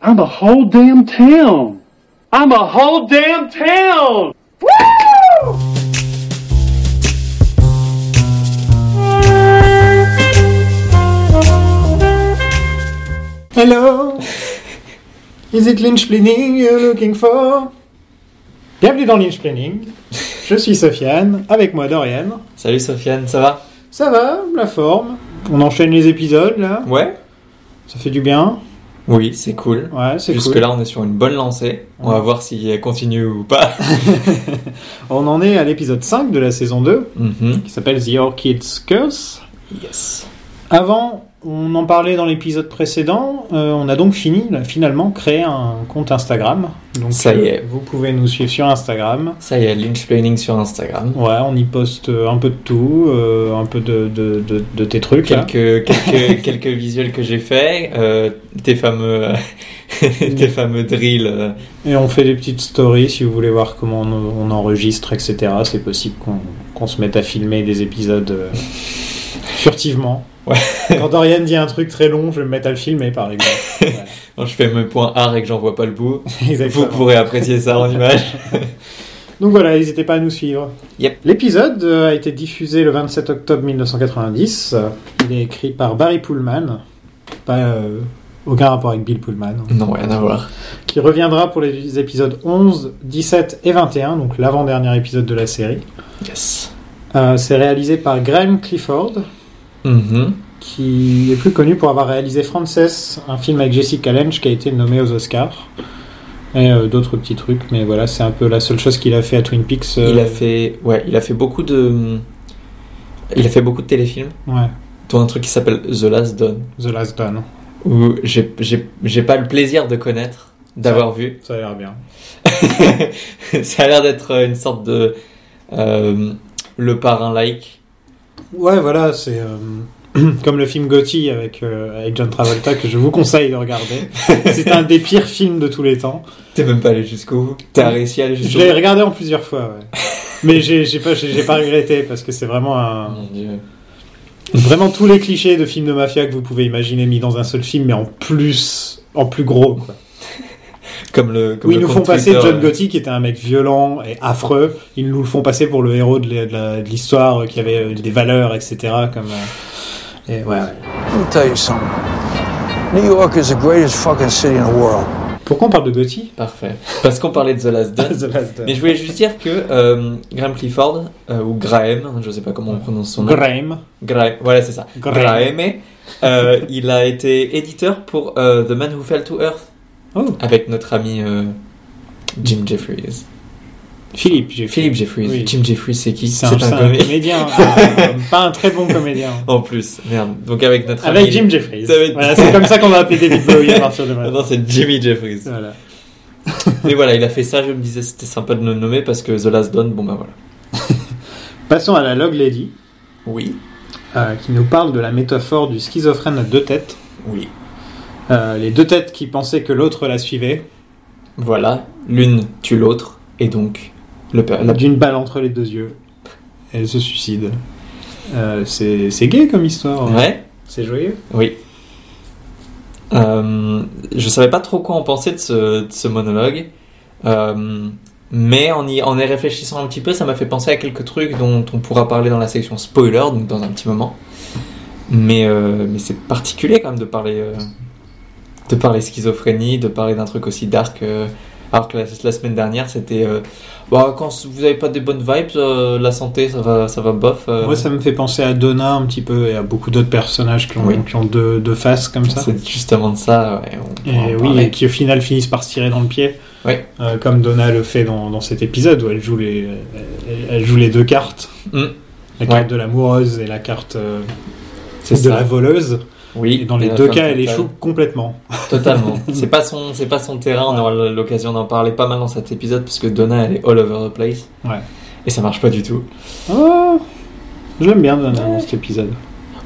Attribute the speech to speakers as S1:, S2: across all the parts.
S1: I'm a whole damn town. I'm a whole damn town.
S2: Hello Is it Lynch Planning you're looking for Bienvenue dans Lynch Planning. Je suis Sofiane, avec moi Dorian.
S3: Salut Sofiane, ça va
S2: Ça va, la forme. On enchaîne les épisodes là.
S3: Ouais
S2: Ça fait du bien.
S3: Oui, c'est cool.
S2: Ouais, c'est cool.
S3: Jusque-là, on est sur une bonne lancée. On va voir si elle continue ou pas.
S2: On en est à l'épisode 5 de la saison 2,
S3: Mhm.
S2: qui s'appelle The Orchid's Curse.
S3: Yes.
S2: Avant, on en parlait dans l'épisode précédent. euh, on a donc fini, là, finalement, créé un compte Instagram. Donc,
S3: Ça y est.
S2: Vous pouvez nous suivre sur Instagram.
S3: Ça y est, Lynch Planning sur Instagram.
S2: Ouais, on y poste euh, un peu de tout, euh, un peu de, de, de, de tes trucs. là.
S3: Quelques, quelques, quelques visuels que j'ai faits, euh, tes fameux, tes fameux drills. euh,
S2: Et on fait des petites stories si vous voulez voir comment on, on enregistre, etc. C'est possible qu'on qu'on se mette à filmer des épisodes euh, furtivement.
S3: Ouais.
S2: Quand Dorian dit un truc très long, je vais me mettre à le filmer par exemple.
S3: Quand je fais mes points art et que j'en vois pas le bout, vous
S2: Exactement.
S3: pourrez apprécier ça en image.
S2: Donc voilà, n'hésitez pas à nous suivre.
S3: Yep.
S2: L'épisode euh, a été diffusé le 27 octobre 1990. Il est écrit par Barry Pullman. Pas, euh, aucun rapport avec Bill Pullman.
S3: Non, rien à voir.
S2: qui reviendra pour les épisodes 11, 17 et 21, donc l'avant-dernier épisode de la série.
S3: Yes.
S2: Euh, c'est réalisé par Graham Clifford,
S3: Mhm.
S2: qui est plus connu pour avoir réalisé Frances, un film avec Jessica Lange qui a été nommé aux Oscars, et euh, d'autres petits trucs, mais voilà, c'est un peu la seule chose qu'il a fait à Twin Peaks. euh,
S3: Il a fait, ouais, il a fait beaucoup de, il a fait beaucoup de téléfilms,
S2: ouais,
S3: dont un truc qui s'appelle The Last Dawn.
S2: The Last Dawn,
S3: où j'ai- j'ai j'ai pas le plaisir de connaître, d'avoir vu.
S2: ça a l'air bien.
S3: ça a l'air d'être une sorte de euh, le parrain like.
S2: Ouais, voilà, c'est... euh, Comme le film Gotti avec, euh, avec John Travolta que je vous conseille de regarder. C'est un des pires films de tous les temps.
S3: T'es même pas allé jusqu'au bout. T'as réussi à aller
S2: Je
S3: jusqu'au
S2: l'ai
S3: bout.
S2: regardé en plusieurs fois, ouais. Mais j'ai j'ai pas, j'ai j'ai pas regretté parce que c'est vraiment un-
S3: Oh Mon Dieu.
S2: vraiment tous les clichés de films de mafia que vous pouvez imaginer mis dans un seul film, mais en plus, en plus gros. Quoi.
S3: Comme le. Comme
S2: Où ils
S3: le
S2: nous font
S3: compte
S2: passer
S3: Twitter,
S2: John
S3: euh,
S2: Gotti, qui était un mec violent et affreux. Ils nous le font passer pour le héros de l'hi- de la- de l'histoire, euh, qui avait euh, des valeurs, etc. Comme, euh, et ouais, ouais.
S4: Let me tell you something. New York is the greatest fucking city in the world.
S2: Pourquoi on parle de Gotti
S3: Parfait. Parce qu'on parlait de The Last Dance.
S2: The Last Dance.
S3: Mais je voulais juste dire que euh, Graham Clifford, euh, ou Graham, je sais pas comment on prononce son nom.
S2: Graham.
S3: Graham. Voilà, c'est ça.
S2: Graham.
S3: Graham. euh, il a été éditeur pour euh, The Man Who Fell to Earth
S2: Oh,
S3: avec notre ami euh, Jim Jeffries.
S2: Philippe. j'ai-
S3: Philippe Jeffries.
S2: Oui.
S3: Jim Jeffries, c'est qui
S2: C'est un, c'est un
S3: comédien.
S2: comédien. ah, pas un très bon comédien.
S3: En plus, merde. Donc avec notre
S2: Avec
S3: ami-
S2: Jim Jeffries.
S3: Ça va être-
S2: Voilà, c'est comme ça qu'on va appeler David Bowie à partir de
S3: Ah
S2: maintenant.
S3: Non, c'est Jimmy Jeffries.
S2: Voilà.
S3: Mais voilà, il a fait ça, je me disais c'était sympa de le nommer parce que The Last Dawn, bon bah voilà.
S2: Passons à la Log Lady,
S3: Oui,
S2: euh, qui nous parle de la métaphore du schizophrène à deux têtes.
S3: oui.
S2: Euh, les deux têtes qui pensaient que l'autre la suivait,
S3: Voilà, l'une tue l'autre et donc le père. la-
S2: d'une balle entre les deux yeux. Elle se suicide. Euh, c'est c'est gay comme histoire. hein.
S3: Ouais,
S2: C'est joyeux.
S3: oui. Euh, je savais pas trop quoi en penser de ce, de ce monologue, Euh, mais en y, en y réfléchissant un petit peu, ça m'a fait penser à quelques trucs dont on pourra parler dans la section spoiler, donc dans un petit moment. Mais, euh, mais c'est particulier quand même de parler, euh, de parler schizophrénie, de parler d'un truc aussi dark. euh, alors que la, la semaine dernière, c'était euh, Bah, quand vous avez pas des bonnes vibes, euh, la santé ça va, ça va bof. euh,
S2: Moi, ça me fait penser à Donna un petit peu et à beaucoup d'autres personnages qui ont,
S3: Oui.
S2: qui ont deux, deux faces comme ça.
S3: c'est justement de ça. ouais, on pourra en
S2: Et oui,
S3: parler.
S2: et qui au final finissent par se tirer dans le pied.
S3: Oui.
S2: Euh, comme Donna le fait dans, dans cet épisode où elle joue les, elle, elle joue les deux cartes.
S3: Mm.
S2: La carte
S3: Ouais.
S2: de l'amoureuse et la carte euh, de
S3: C'est ça.
S2: la voleuse.
S3: Oui,
S2: Et dans
S3: et
S2: les
S3: la
S2: deux
S3: femme
S2: cas, elle
S3: fatale.
S2: échoue complètement.
S3: Totalement. c'est pas son, c'est pas son terrain. On aura l'occasion d'en parler pas mal dans cet épisode parce que Donna elle est all over the place.
S2: Ouais.
S3: Et ça marche pas du tout.
S2: Oh, je l'aime bien Donna dans cet épisode.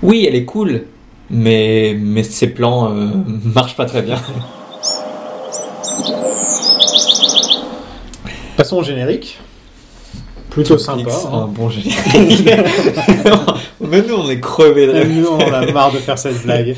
S3: Oui, elle est cool, mais mais ses plans euh, marchent pas très bien.
S2: Passons au générique. Plutôt sympa.
S3: Netflix, Un
S2: hein.
S3: bon générique. Même nous on est crevés de
S2: Même
S3: rêve.
S2: nous, on a marre de faire cette blague.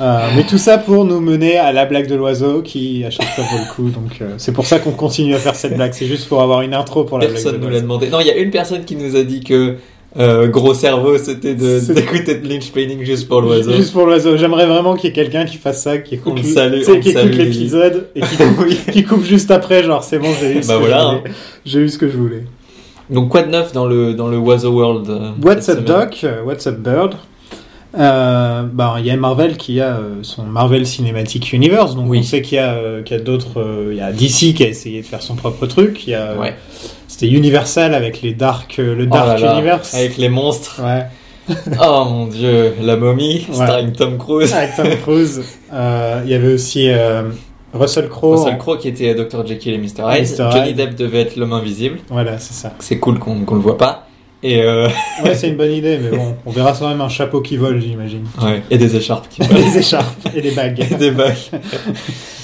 S2: Euh, mais tout ça pour nous mener à la blague de l'oiseau qui à chaque fois vaut le coup. Donc euh, c'est pour ça qu'on continue à faire cette blague. C'est juste pour avoir une intro pour la
S3: Personne
S2: blague de
S3: nous l'a
S2: l'oiseau.
S3: demandé. Non, il y a une personne qui nous a dit que euh, gros cerveau, c'était de-
S2: C'est-
S3: d'écouter de, Lynch Painting juste pour l'oiseau.
S2: Juste pour l'oiseau. J'aimerais vraiment qu'il y ait quelqu'un qui fasse ça, qui écoute
S3: On le
S2: le-
S3: salue,
S2: tu sais,
S3: on le
S2: qui écoute
S3: salue, Lily.
S2: l'épisode et qui coupe,
S3: Oui.
S2: qui coupe juste après. Genre c'est bon, j'ai eu, ce
S3: Bah
S2: que
S3: voilà,
S2: je
S3: hein.
S2: voulais. J'ai eu ce que je voulais.
S3: Donc quoi de neuf dans le dans le Oiseau World euh,
S2: What's
S3: cette
S2: up
S3: semaine
S2: Doc, euh, What's up Bird. Euh, bah, il y a Marvel qui a euh, son Marvel Cinematic Universe, donc
S3: Oui.
S2: on sait qu'il y a, euh, qu'il y a d'autres, euh, il y a DC qui a essayé de faire son propre truc, il y a, euh,
S3: Ouais.
S2: c'était Universal avec les Dark, euh, le
S3: Oh là
S2: Dark
S3: là,
S2: Universe,
S3: avec les monstres.
S2: ouais,
S3: Oh mon dieu, la momie,
S2: Ouais.
S3: starring Tom Cruise.
S2: avec Tom Cruise, Euh, il y avait aussi euh, Russell Crowe,
S3: Russell Crowe qui était Dr. Jekyll et Mr. Hyde.
S2: Mr.
S3: Johnny
S2: Oh. Hyde.
S3: Depp devait être l'homme invisible.
S2: voilà c'est ça.
S3: C'est cool qu'on qu'on le voit pas. Et, euh,
S2: Ouais c'est une bonne idée, mais bon, on verra quand même un chapeau qui vole j'imagine,
S3: ouais, et des écharpes qui volent.
S2: des écharpes et des bagues.
S3: Et des bagues.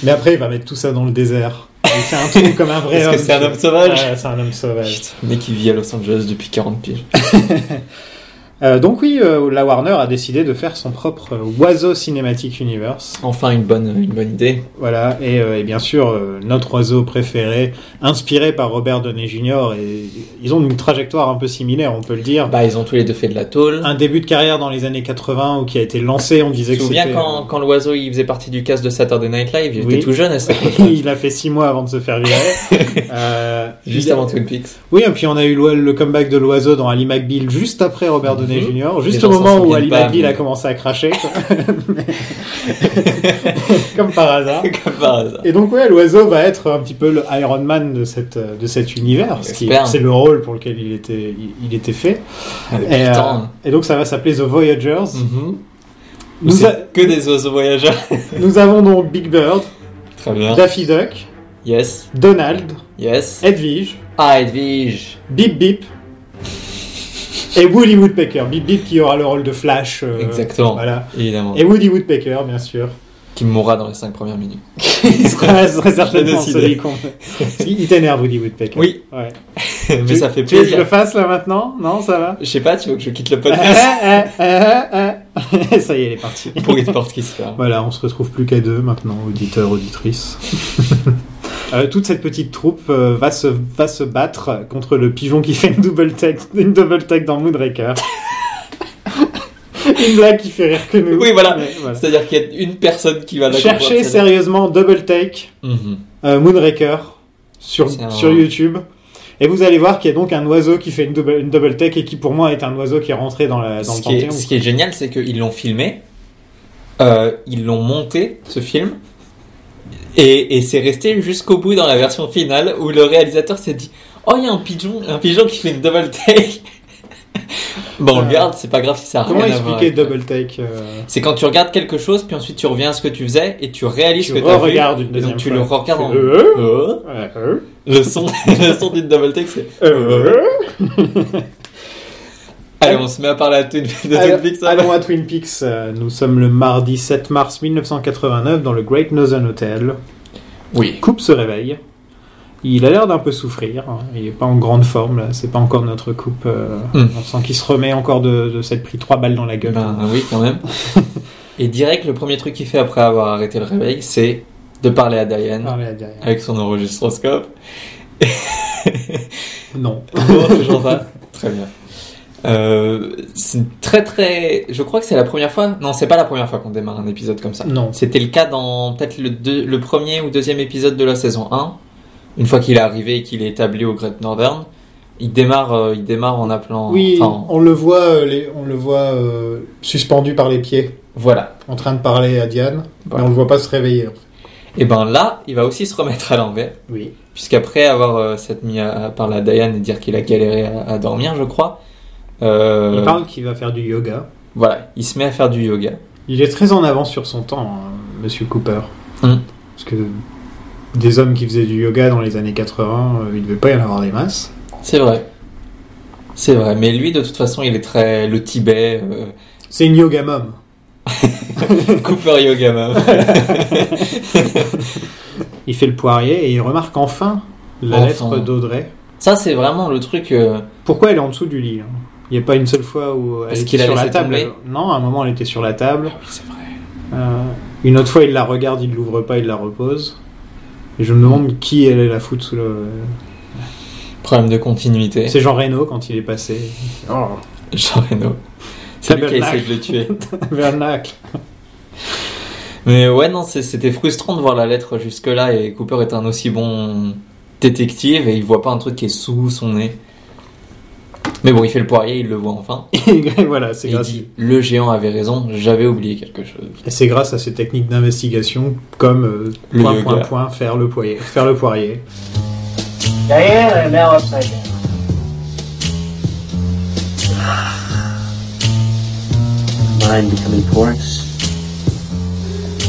S2: Mais après, il va mettre tout ça dans le désert. Et C'est un truc comme un vrai
S3: Parce
S2: homme.
S3: que c'est un
S2: tu
S3: homme
S2: vois.
S3: sauvage.
S2: Ouais, c'est un homme sauvage.
S3: Putain, mais qui vit à Los Angeles depuis 40 piges.
S2: Euh, donc oui, euh, la Warner a décidé de faire son propre euh, oiseau cinématique universe.
S3: Enfin, une bonne, une bonne idée.
S2: Voilà, et, euh, et bien sûr, euh, notre oiseau préféré, inspiré par Robert Downey Jr. Et ils ont une trajectoire un peu similaire, on peut le dire.
S3: Bah, ils ont tous les deux fait de la tôle.
S2: Un début de carrière dans les années 80 ou qui a été lancé, on disait
S3: Tu
S2: que
S3: te
S2: c'était.
S3: souviens quand, quand l'oiseau il faisait partie du cast de Saturday Night Live Il
S2: Oui.
S3: était tout jeune à cette
S2: euh,
S3: époque.
S2: il a fait six mois avant de se faire virer. Euh,
S3: Juste
S2: il-
S3: avant Twin Peaks.
S2: Oui, et puis on a eu l'o- le comeback de l'oiseau dans Ali McBeal juste après Robert Downey
S3: Mhm.
S2: Jr., juste
S3: gens
S2: au
S3: s'en
S2: moment où
S3: souviennent
S2: Ali
S3: pas,
S2: McBeal
S3: mais-
S2: a commencé à cracher. quoi. Comme par hasard.
S3: Comme par hasard.
S2: Et donc, ouais, l'oiseau va être un petit peu le Iron Man de, cette, euh, de cet univers. ce qui-
S3: J'espère.
S2: C'est le rôle pour lequel il était, il, il était fait.
S3: Avec
S2: Et,
S3: le
S2: euh,
S3: temps.
S2: et donc, ça va s'appeler The Voyagers.
S3: Mhm. Ou
S2: Nous,
S3: c'est
S2: a-
S3: que des oiseaux voyageurs.
S2: nous avons donc Big Bird,
S3: Très bien.
S2: Daffy Duck,
S3: Yes.
S2: Donald,
S3: Yes.
S2: Edwige,
S3: Ah, Edwige.
S2: Bip Bip et Woody Woodpecker. Bip Bip qui aura le rôle de Flash. euh,
S3: Exactement.
S2: Voilà.
S3: Évidemment.
S2: Et Woody Woodpecker, bien sûr.
S3: Qui mourra dans les 5 premières minutes.
S2: Il sera, il sera certainement
S3: décidé.
S2: celui qu'on... Il t'énerve, Woody Woodpecker.
S3: Oui,
S2: Ouais.
S3: mais
S2: Tu-
S3: ça fait
S2: Tu veux que je le
S3: plaisir.
S2: fasse, là, maintenant Non, ça va
S3: Je sais pas, tu veux que je quitte le
S2: Eh,
S3: podcast
S2: eh, eh, eh, eh. Ça y est, elle est partie.
S3: pour qu'il porte qui se fait.
S2: Voilà, on se retrouve plus qu'à deux, maintenant, auditeurs, auditrices. Euh, toute cette petite troupe euh, va, se, va se battre contre le pigeon qui fait une double tech, une double tech dans Moonraker. une blague qui fait rire que nous.
S3: Oui, voilà.
S2: Mais
S3: C'est-à-dire qu'il y a une personne qui va la
S2: Cherchez
S3: comprendre, celle-là.
S2: sérieusement double take
S3: Mhm.
S2: euh, Moonraker sur,
S3: C'est un-
S2: sur YouTube. Et vous allez voir qu'il y a donc un oiseau qui fait une double, une double take et qui pour moi est un oiseau qui est rentré dans, la, dans
S3: Ce
S2: le
S3: qui, est,
S2: panthéon.
S3: ce qui est génial, c'est qu'ils l'ont filmé, euh, ils l'ont monté, ce film, et, et c'est resté jusqu'au bout dans la version finale où le réalisateur s'est dit Oh, il y a un pigeon, un pigeon qui fait une double take. bon, on
S2: Euh,
S3: le garde, c'est pas grave si ça a
S2: Comment
S3: rien à voir
S2: expliquer
S3: avec-
S2: double take euh,
S3: C'est quand tu regardes quelque chose, puis ensuite tu reviens à ce que tu faisais et tu réalises
S2: Tu
S3: ce Ah que tu as
S2: re-regardes une
S3: Et
S2: deuxième
S3: donc tu
S2: fois.
S3: le regardes en.
S2: Euh,
S3: Oh.
S2: euh, euh,
S3: Le son, le son d'une double take, c'est.
S2: euh.
S3: Allez, on se met à parler à Twin- de hein. Twin
S2: Allons-
S3: Peaks. ça va
S2: Allons à Twin Peaks. Euh, Nous sommes le mardi 7 mars 1989 dans le Great Northern Hotel.
S3: Oui.
S2: Coupe se réveille. Il a l'air d'un peu souffrir. hein. Il n'est pas en grande forme. là. C'est pas encore notre coupe. euh,
S3: Hmm.
S2: On sent qu'il se remet encore de, de s'être pris trois balles dans la gueule.
S3: Ben oui, quand même. Et direct, le premier truc qu'il fait après avoir arrêté le réveil, c'est de parler à Diane
S2: Parler à Diane.
S3: avec son enregistroscope.
S2: Non.
S3: Genre ça. Très bien. Euh, c'est une très très. Je crois que c'est la première fois. Non, c'est pas la première fois qu'on démarre un épisode comme ça.
S2: Non.
S3: C'était le cas dans peut-être le, deux- le premier ou deuxième épisode de la saison 1. Une fois qu'il est arrivé et qu'il est établi au Great Northern, il démarre, euh, il démarre en appelant.
S2: Oui,
S3: enfin,
S2: on le voit, euh, les- on le voit euh, suspendu par les pieds,
S3: voilà.
S2: en train de parler à Diane,
S3: Voilà.
S2: mais on le voit pas se réveiller. en fait.
S3: Et ben là, il va aussi se remettre à l'envers.
S2: Oui.
S3: Puisqu'après avoir euh, s'être mis à, à parler à Diane et dire qu'il a galéré à, à dormir, je crois. euh,
S2: Il parle qu'il va faire du yoga.
S3: Voilà, il se met à faire du yoga.
S2: Il est très en avance sur son temps, hein, Monsieur Cooper.
S3: Hum.
S2: Parce que des hommes qui faisaient du yoga dans les années 80, euh, il devait pas y en avoir des masses.
S3: C'est vrai. C'est vrai, mais lui, de toute façon, il est très. le Tibet, euh,
S2: C'est une yoga mom.
S3: Cooper Yoga même.
S2: Il fait le poirier et il remarque enfin la
S3: Enfin.
S2: lettre d'Audrey.
S3: Ça, c'est vraiment le truc. euh,
S2: Pourquoi elle est en dessous du lit hein Il n'y a pas une seule fois où euh, elle
S3: Parce
S2: était
S3: qu'il a
S2: sur la
S3: laissé
S2: table.
S3: tomber.
S2: Non, à un moment elle était sur la table.
S3: Oui, c'est vrai.
S2: Euh, une autre fois, il la regarde, il l'ouvre pas, il la repose. Et je me demande qui elle est la foutre sous le.
S3: Problème de continuité.
S2: C'est Jean Reno quand il est passé. Oh,
S3: Jean Reno. C'est lui qui a
S2: Tabernacle.
S3: essayé de le tuer.
S2: vernacle.
S3: Mais ouais, non, c'est- c'était frustrant de voir la lettre jusque-là et Cooper est un aussi bon détective et il voit pas un truc qui est sous son nez. Mais bon, il fait le poirier, il le voit enfin.
S2: Et voilà, c'est
S3: Et il
S2: grâce.
S3: dit Le géant avait raison, j'avais oublié quelque chose.
S2: Et c'est grâce à ces techniques d'investigation comme euh,
S3: Le
S2: point,
S3: yoga.
S2: point, point, faire le poirier. Faire le poirier.
S5: Diane and now upside down.
S6: mind becoming porous.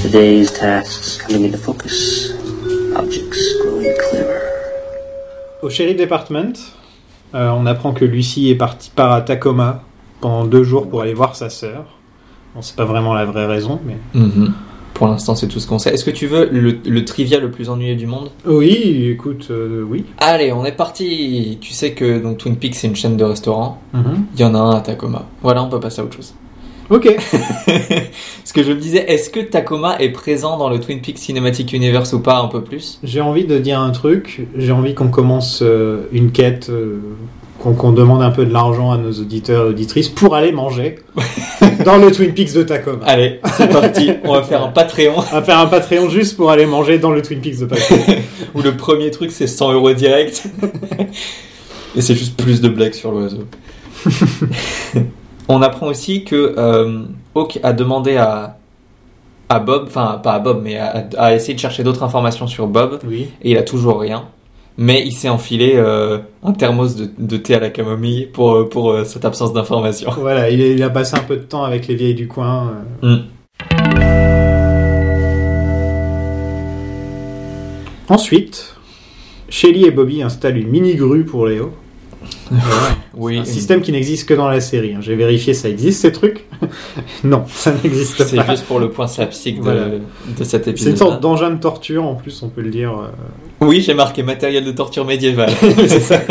S6: Today's tasks coming into focus, objects growing clearer.
S2: Au Sherry Department, euh, on apprend que Lucie est partie par à Tacoma pendant deux jours pour aller voir sa sœur. Bon, c'est pas vraiment la vraie raison, mais.
S3: Mhm. Pour l'instant, c'est tout ce qu'on sait. Est-ce que tu veux le, le trivia le plus ennuyeux du monde
S2: Oui, écoute, euh, oui.
S3: Allez, on est parti Tu sais que donc, Twin Peaks, c'est une chaîne de restaurants.
S2: Mhm.
S3: Il y en a un à Tacoma. Voilà, on peut passer à autre chose.
S2: Ok.
S3: Parce que je me disais, est-ce que Tacoma est présent dans le Twin Peaks Cinematic Universe ou pas un peu plus
S2: J'ai envie de dire un truc. J'ai envie qu'on commence euh, une quête, euh, qu'on qu'on demande un peu de l'argent à nos auditeurs et auditrices pour aller manger dans le Twin Peaks de Tacoma.
S3: Allez, c'est parti, on va faire un Patreon
S2: On va faire un Patreon juste pour aller manger dans le Twin Peaks de Tacoma.
S3: où le premier truc c'est 100 euros direct. Et c'est juste plus de blagues sur l'oiseau. on apprend aussi que euh, Hawk a demandé à, à Bob, enfin pas à Bob, mais à, à essayer de chercher d'autres informations sur Bob
S2: Oui.
S3: et il a toujours rien. Mais il s'est enfilé euh, un thermos de, de thé à la camomille pour, euh, pour euh, cette absence d'information.
S2: Voilà, il, est- il a passé un peu de temps avec les vieilles du coin. euh,
S3: Hmm.
S2: Ensuite, Shelly et Bobby installent une mini-grue pour Léo. Voilà.
S3: Oui,
S2: un système qui n'existe que dans la série. hein. J'ai vérifié, ça existe ces trucs Non, ça n'existe
S3: c'est
S2: pas.
S3: juste pour le point slapstick de,
S2: Voilà.
S3: de cet
S2: C'est
S3: épisode.
S2: une sorte d'engin de torture en plus, on peut le dire. euh.
S3: Oui, j'ai marqué matériel de torture médiévale. C'est ça.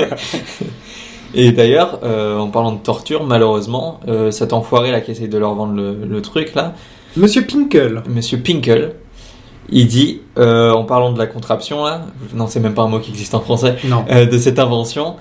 S3: Et d'ailleurs, euh, en parlant de torture, malheureusement, euh, cet enfoiré là qui essaye de leur vendre le, le truc là,
S2: Monsieur Pinkle
S3: Monsieur Pinkle, il dit, euh, en parlant de la contraption là, non c'est même pas un mot qui existe en français,
S2: Non.
S3: euh, de cette invention,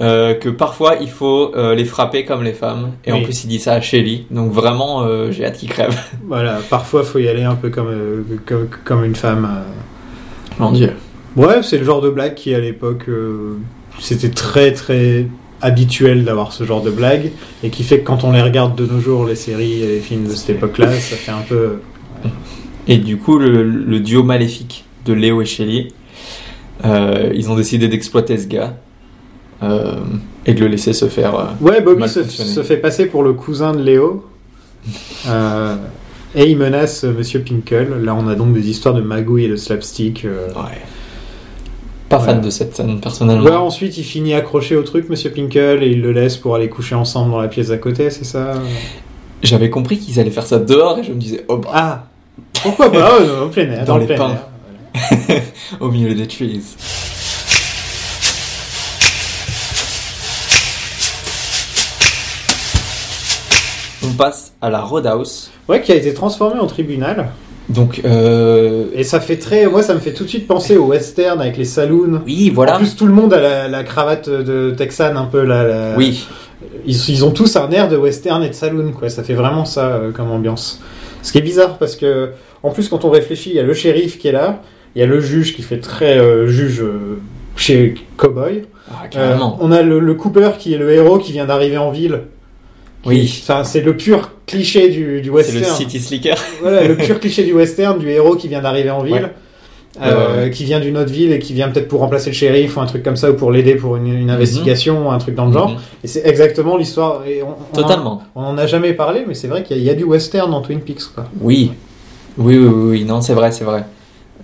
S3: euh, que parfois il faut euh, les frapper comme les femmes. Et en
S2: Oui.
S3: plus il dit ça à Shelly, donc vraiment euh, j'ai hâte qu'il crève.
S2: Voilà, parfois faut y aller un peu comme, euh, comme, comme une femme. euh.
S3: Mon dieu.
S2: Ouais, c'est le genre de blague qui à l'époque euh, c'était très très habituel d'avoir ce genre de blague et qui fait que quand on les regarde de nos jours les séries et les films de cette époque-là, ça fait un peu
S3: Et du coup, le, le duo maléfique de Léo et Shelly, euh, ils ont décidé d'exploiter ce gars euh, et de le laisser se faire. euh.
S2: Ouais, Bobby
S3: Mal
S2: se,
S3: fonctionné.
S2: se fait passer pour le cousin de Léo. Euh, et il menace euh, Monsieur Pinkle. Là, on a donc des histoires de magouille et de slapstick. euh.
S3: Pas fan
S2: Ouais.
S3: de cette scène personnellement.
S2: Ouais, ensuite, il finit accroché au truc, Monsieur Pinkle, et il le laisse pour aller coucher ensemble dans la pièce à côté, c'est ça
S3: J'avais compris qu'ils allaient faire ça dehors et je me disais, oh bah,
S2: Ah Pourquoi pas euh, En plein air.
S3: Dans
S2: le
S3: les
S2: plein
S3: pins.
S2: air.
S3: au milieu des trees. On passe à la Roadhouse.
S2: Ouais, qui a été transformé en tribunal.
S3: Donc, euh,
S2: Et ça fait très. Moi, ça me fait tout de suite penser au western avec les saloons.
S3: oui, voilà.
S2: En plus, tout le monde a la, la cravate de Texane, un peu la. la-
S3: oui,
S2: ils, ils ont tous un air de western et de saloon, quoi. Ça fait vraiment ça euh, comme ambiance. Ce qui est bizarre parce que, en plus, quand on réfléchit, il y a le shérif qui est là, il y a le juge qui fait très euh, juge euh, chez Cowboy.
S3: Ah,
S2: Euh,
S3: carrément.
S2: on a le, le Cooper qui est le héros qui vient d'arriver en ville. euh,
S3: oui,
S2: Enfin, c'est le pur cliché du, du
S3: c'est
S2: western.
S3: le City Slicker.
S2: Voilà, le pur cliché du western, du héros qui vient d'arriver en ville,
S3: Ouais.
S2: euh,
S3: Ouais, ouais,
S2: qui vient d'une autre ville et qui vient peut-être pour remplacer le shérif ou un truc comme ça, ou pour l'aider pour une, une investigation, ou un truc dans le genre.
S3: Mhm.
S2: Et c'est exactement l'histoire. et on- on a-
S3: Totalement.
S2: on en a jamais parlé, mais c'est vrai qu'il y, a- il y a du western dans Twin Peaks, quoi.
S3: Oui. Oui, oui, oui, oui. non, c'est vrai, c'est vrai.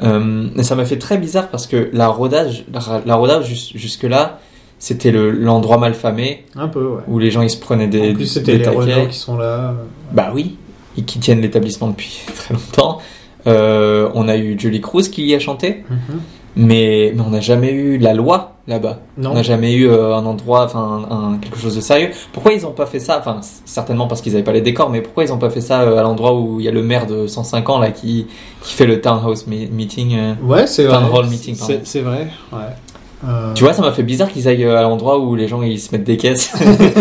S3: Euh, mais ça m'a fait très bizarre parce que la rodage, la, la rodage jus- jusque-là, c'était le- l'endroit malfamé
S2: Un peu, ouais.
S3: où les gens ils se prenaient des,
S2: en plus, c'était
S3: des
S2: les
S3: taquets.
S2: Renault qui sont là.
S3: Bah oui, et qui tiennent l'établissement depuis très longtemps. Euh, on a eu Julie Cruz qui y a chanté,
S2: Mhm.
S3: mais, mais on n'a jamais eu la loi là-bas.
S2: Non.
S3: On n'a jamais eu euh, un endroit, enfin un- un- quelque chose de sérieux. Pourquoi ils n'ont pas fait ça Enfin, c- certainement parce qu'ils n'avaient pas les décors, mais pourquoi ils n'ont pas fait ça euh, à l'endroit où il y a le maire de 105 ans là qui, qui fait le townhouse me- meeting euh
S2: Ouais, c'est vrai.
S3: Town hall meeting, pardon.
S2: C'est c'est vrai, ouais. Euh,
S3: Tu vois, ça m'a fait bizarre qu'ils aillent euh, à l'endroit où les gens ils se mettent des caisses.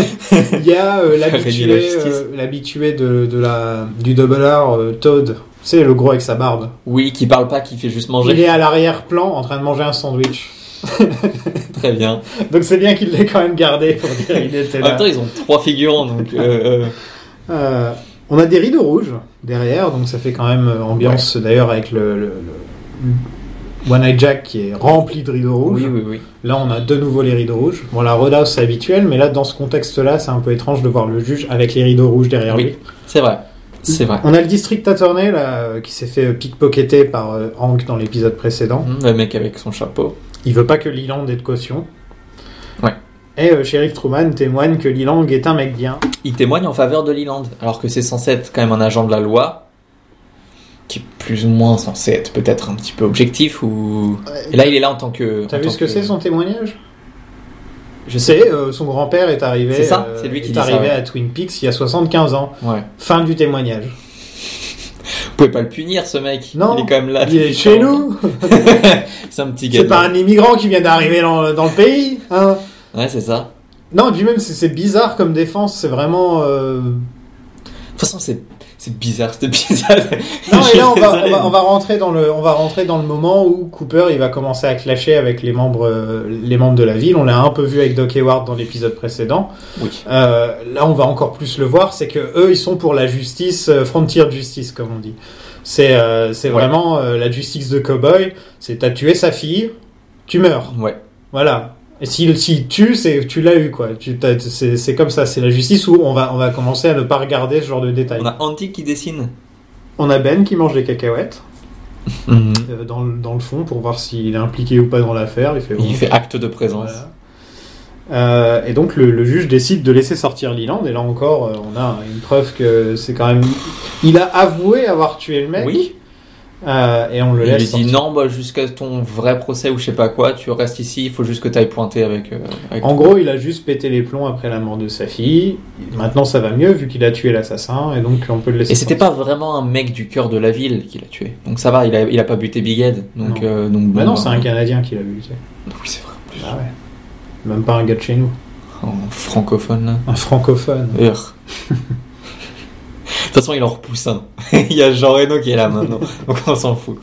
S2: Il y a euh,
S3: Régner la
S2: l'habitué
S3: justice.
S2: euh, l'habitué de, de la, du double R, euh, Todd. C'est le gros avec sa barbe.
S3: oui, qui parle pas, qui fait juste
S2: Il
S3: manger.
S2: est à l'arrière-plan en train de manger un sandwich.
S3: Très bien.
S2: Donc c'est bien qu'il l'ait quand même gardé pour dire il était
S3: En même
S2: là.
S3: temps, ils ont trois figurants, donc euh, euh,
S2: Euh, on a des rideaux rouges derrière, donc ça fait quand même euh, ambiance d'ailleurs avec le, le- le One Eye Jack qui est rempli de rideaux rouges.
S3: oui, oui, oui.
S2: Là, on a de nouveau les rideaux rouges. Bon, la Roadhouse c'est habituel, mais là, dans ce contexte-là, c'est un peu étrange de voir le juge avec les rideaux rouges derrière
S3: Oui.
S2: lui.
S3: C'est vrai, c'est vrai.
S2: On a le district attorney là, euh, qui s'est fait euh, pickpocketer par euh, Hank dans l'épisode précédent.
S3: Mmh, Le mec avec son chapeau.
S2: Il veut pas que Leland ait de caution.
S3: Ouais.
S2: Et euh, Sheriff Truman témoigne que Leland est un mec bien.
S3: Il témoigne en faveur de Leland, alors que c'est censé être quand même un agent de la loi, qui est plus ou moins censé être peut-être un petit peu objectif ou. Et là, il est là en tant que.
S2: T'as
S3: en
S2: vu
S3: tant
S2: ce que, c'est son témoignage
S3: Je sais.
S2: C'est euh, son grand-père est arrivé.
S3: C'est ça,
S2: euh,
S3: c'est lui qui
S2: est
S3: dit ça,
S2: arrivé
S3: ouais.
S2: à Twin Peaks il y a 75 ans.
S3: Ouais.
S2: Fin du témoignage.
S3: Vous pouvez pas le punir, ce mec.
S2: Non.
S3: Il est quand même là.
S2: Il est chez nous.
S3: c'est un petit gars.
S2: C'est pas un immigrant qui vient d'arriver dans, dans le pays. hein.
S3: Ouais, c'est ça.
S2: Non, et puis même c'est c'est bizarre comme défense. C'est vraiment. euh,
S3: De toute façon, c'est. C'est bizarre cet épisode.
S2: Non,
S3: Je
S2: et
S3: suis
S2: là, on va, on,
S3: désolé.
S2: va, on va rentrer dans le, on va rentrer dans le moment où Cooper, il va commencer à clasher avec les membres, euh, les membres de la ville. On l'a un peu vu avec Doc Hayward dans l'épisode précédent.
S3: Oui.
S2: Euh, là, on va encore plus le voir, c'est que eux, ils sont pour la justice, euh, frontier justice, comme on dit. C'est, euh, c'est
S3: Ouais.
S2: vraiment euh, la justice de cowboy. C'est t'as tué sa fille, tu meurs.
S3: Ouais.
S2: Voilà. Et s'il s'il tue, c'est tu l'as eu quoi. Tu, t'as- c'est, c'est comme ça. C'est la justice où on va, on va commencer à ne pas regarder ce genre de détails.
S3: On a Andy qui dessine.
S2: on a Ben qui mange des cacahuètes.
S3: Mhm.
S2: euh, dans, le- dans le fond pour voir s'il est impliqué ou pas dans l'affaire. Il fait, bon,
S3: Il fait acte de présence.
S2: voilà. Euh, et donc le, le juge décide de laisser sortir Leland. Et là encore, euh, on a une preuve que c'est quand même. Il a avoué avoir tué le mec.
S3: Oui.
S2: Euh, et on le
S3: Il
S2: laisse.
S3: lui dit
S2: sortir.
S3: non, bah, jusqu'à ton vrai procès ou je sais pas quoi, tu restes ici, il faut juste que tu ailles pointer avec. euh, avec-
S2: En gros, il a juste pété les plombs après la mort de sa fille. Maintenant, ça va mieux vu qu'il a tué l'assassin. Et donc, on peut le laisser.
S3: Et c'était
S2: sortir.
S3: pas vraiment un mec du cœur de la ville qui l'a tué. Donc ça va, il a, il a pas buté Big Ed. Donc,
S2: Non.
S3: euh, donc bon,
S2: Bah non,
S3: bah,
S2: c'est un Canadien qui l'a buté.
S3: Oui, c'est vrai.
S2: Bah ouais. Même pas un gars de chez nous.
S3: En francophone là.
S2: Un francophone.
S3: Urgh. De toute façon, il en repousse un. il y a Jean Reno qui est là maintenant. donc on s'en fout.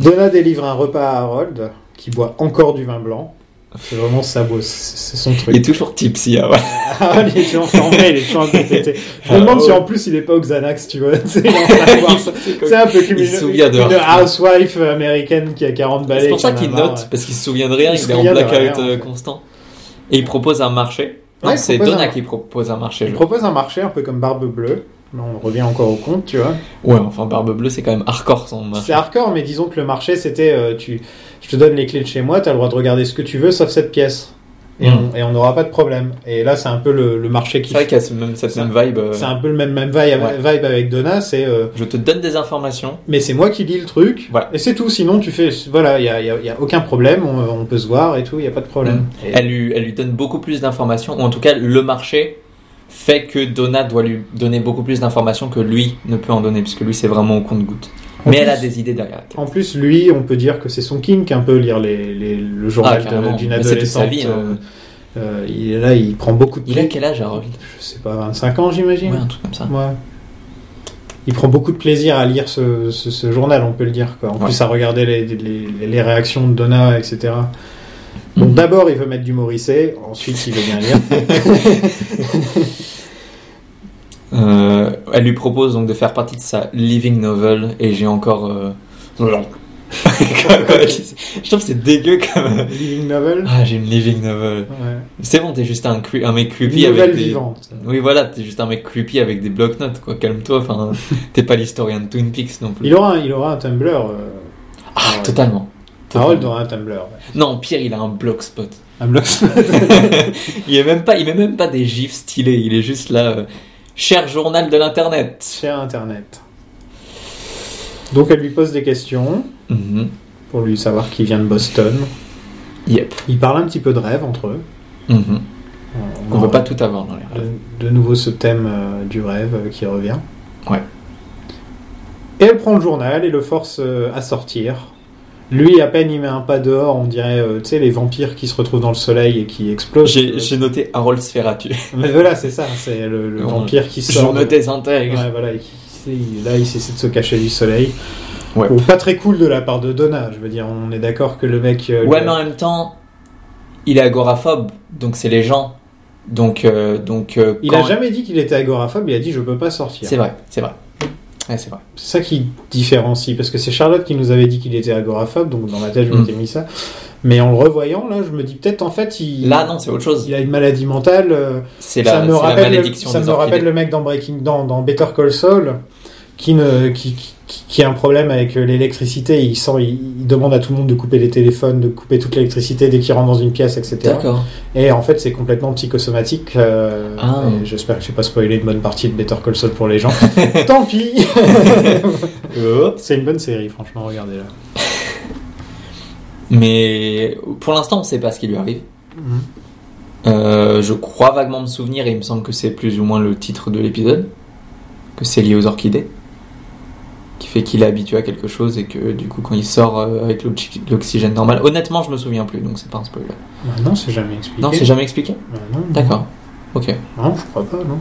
S2: Donna délivre un repas à Harold, qui boit encore du vin blanc. C'est vraiment sa bosse, c'est c'est son
S3: Il est
S2: truc.
S3: toujours tipsy. hein, ouais.
S2: Harold, il est toujours fermé, il est toujours incomplété. Je me demande si en plus il est pas au Xanax, tu vois. C'est il est en train de Ah, voir ça. C'est un peu comme
S3: Il
S2: une,
S3: se souvient de
S2: une
S3: rien.
S2: housewife américaine qui a 40 balais.
S3: C'est pour ça
S2: qui en a
S3: qu'il
S2: marre.
S3: note, parce qu'il se souvient de rien,
S2: Il
S3: il,
S2: se
S3: est en
S2: souvient de
S3: blackout
S2: rien, en
S3: euh,
S2: fait.
S3: constant. Et il propose un marché.
S2: Ouais,
S3: Non,
S2: il
S3: c'est
S2: propose
S3: Donna
S2: un-
S3: qui propose un marché.
S2: Il
S3: je
S2: propose un marché un peu comme Barbe Bleue. Là, on revient encore au compte, tu vois.
S3: Ouais, enfin, Barbe Bleue, c'est quand même hardcore son
S2: C'est
S3: marché.
S2: hardcore, mais disons que le marché, c'était euh, tu, je te donne les clés de chez moi, t'as le droit de regarder ce que tu veux, sauf cette pièce. Et
S3: Mm.
S2: on- et on n'aura pas de problème. Et là, c'est un peu le, le marché qui
S3: C'est vrai qu'il y a ce même, cette
S2: C'est-
S3: même vibe. euh,
S2: C'est un peu le même, même vibe,
S3: Ouais.
S2: vibe avec Donna, c'est euh,
S3: Je te donne des informations.
S2: mais c'est moi qui lis le truc
S3: Voilà.
S2: et c'est tout. Sinon tu fais voilà, il y a, y a- y a aucun problème, on, on peut se voir et tout, il y a pas de problème. Et-
S3: Mm. Elle lui, elle lui donne beaucoup plus d'informations, ou en tout cas, le marché fait que Donna doit lui donner beaucoup plus d'informations que lui ne peut en donner, puisque lui, c'est vraiment au compte-goutte.
S2: En
S3: Mais elle
S2: plus-
S3: a des idées derrière. la tête.
S2: En plus lui, on peut dire que c'est son kink un peu lire les, les- le
S3: Ah,
S2: journal de-
S3: carrément.
S2: d'une
S3: Mais c'est toute sa
S2: adolescente.
S3: vie. hein.
S2: euh, euh, il est là, il prend beaucoup de
S3: Il a
S2: plaisir.
S3: quel âge, Harold
S2: Je sais pas, 25 ans j'imagine.
S3: Ouais, un truc comme ça.
S2: Ouais. Il prend beaucoup de plaisir à lire ce, ce- ce journal, on peut le dire. Quoi. En
S3: Ouais.
S2: plus, à regarder les, les- les réactions de Donna, etc. Donc
S3: Mhm.
S2: d'abord, il veut mettre du Morisset, ensuite, il veut bien lire.
S3: Euh, elle lui propose donc de faire partie de sa living novel et j'ai encore. euh, Non. je trouve que c'est dégueu comme.
S2: Living Novel.
S3: Ah, j'ai une living novel.
S2: Ouais.
S3: C'est bon, t'es juste un, cru- un mec creepy
S2: Une nouvelle
S3: avec des.
S2: vivante.
S3: Oui, voilà, t'es juste un mec creepy avec des bloc-notes, quoi. Calme-toi, enfin, t'es pas l'historien de Twin Peaks non plus.
S2: Il aura, un, il aura un Tumblr. euh,
S3: Ah,
S2: ouais.
S3: totalement.
S2: Harold aura un Tumblr. ouais.
S3: Non, pire, il a un blogspot.
S2: Un blog.
S3: il est même pas, il met même pas des gifs stylés. Il est juste là. euh, Cher journal de l'internet.
S2: Cher Internet. Donc elle lui pose des questions Mm-hmm.
S3: Mhm.
S2: pour lui savoir qui vient de Boston.
S3: Yep.
S2: Ils parlent un petit peu de rêve entre eux.
S3: Mhm. On
S2: en-
S3: peut pas tout avoir dans les rêves.
S2: de, de nouveau ce thème euh, du rêve euh, qui revient.
S3: Ouais.
S2: Et elle prend le journal et le force euh, à sortir. Lui, à peine il met un pas dehors, on dirait, euh, tu sais, les vampires qui se retrouvent dans le soleil et qui explosent.
S3: J'ai j'ai noté Harold Sferatu.
S2: Mais voilà, c'est ça, c'est le, le
S3: Ouais.
S2: vampire qui
S3: Je
S2: sort.
S3: me
S2: de-
S3: désintègre.
S2: Ouais, voilà, et qui- qui- là, il essaie de se cacher du soleil.
S3: Ouais.
S2: Bon, pas très cool de la part de Donna, je veux dire, on est d'accord que le mec. euh,
S3: Ouais,
S2: le-
S3: mais en même temps, il est agoraphobe, donc c'est les gens. Donc, euh, donc euh,
S2: Il
S3: quand-
S2: a jamais dit qu'il était agoraphobe, il a dit je peux pas sortir.
S3: C'est vrai, c'est vrai. Ouais, c'est vrai.
S2: C'est ça qui différencie, parce que c'est Charlotte qui nous avait dit qu'il était agoraphobe, donc dans ma tête je m'étais
S3: Mm.
S2: mis ça. Mais en le revoyant, là, je me dis peut-être en fait il,
S3: Là, non, c'est autre chose.
S2: il a une maladie mentale. euh,
S3: C'est
S2: ça
S3: la,
S2: me
S3: c'est la
S2: rappelle, le,
S3: malédiction
S2: ça
S3: des
S2: me rappelle
S3: orchidées.
S2: le mec dans Breaking dans, dans Better Call Saul qui, ne, qui, qui, qui a un problème avec euh, l'électricité. Il, sent, il, il demande à tout le monde de couper les téléphones, de couper toute l'électricité dès qu'il rentre dans une pièce, etc.
S3: D'accord.
S2: Et en fait, c'est complètement psychosomatique. euh,
S3: Ah.
S2: et J'espère que j'ai pas spoilé une bonne partie de Better Call Saul pour les gens. Tant pis
S3: Euh,
S2: C'est une bonne série, franchement, regardez-la.
S3: Mais pour l'instant, on sait pas ce qui lui arrive.
S2: Mhm.
S3: Euh, je crois vaguement me souvenir, et il me semble que c'est plus ou moins le titre de l'épisode, que c'est lié aux orchidées, qui fait qu'il est habitué à quelque chose et que du coup, quand il sort euh, avec l'oxy- l'oxygène normal, honnêtement, je me souviens plus, donc c'est pas un spoiler.
S2: Ah non, c'est jamais expliqué.
S3: Non, c'est jamais expliqué
S2: Ah non, non.
S3: D'accord. Ok.
S2: Non, je crois pas, non.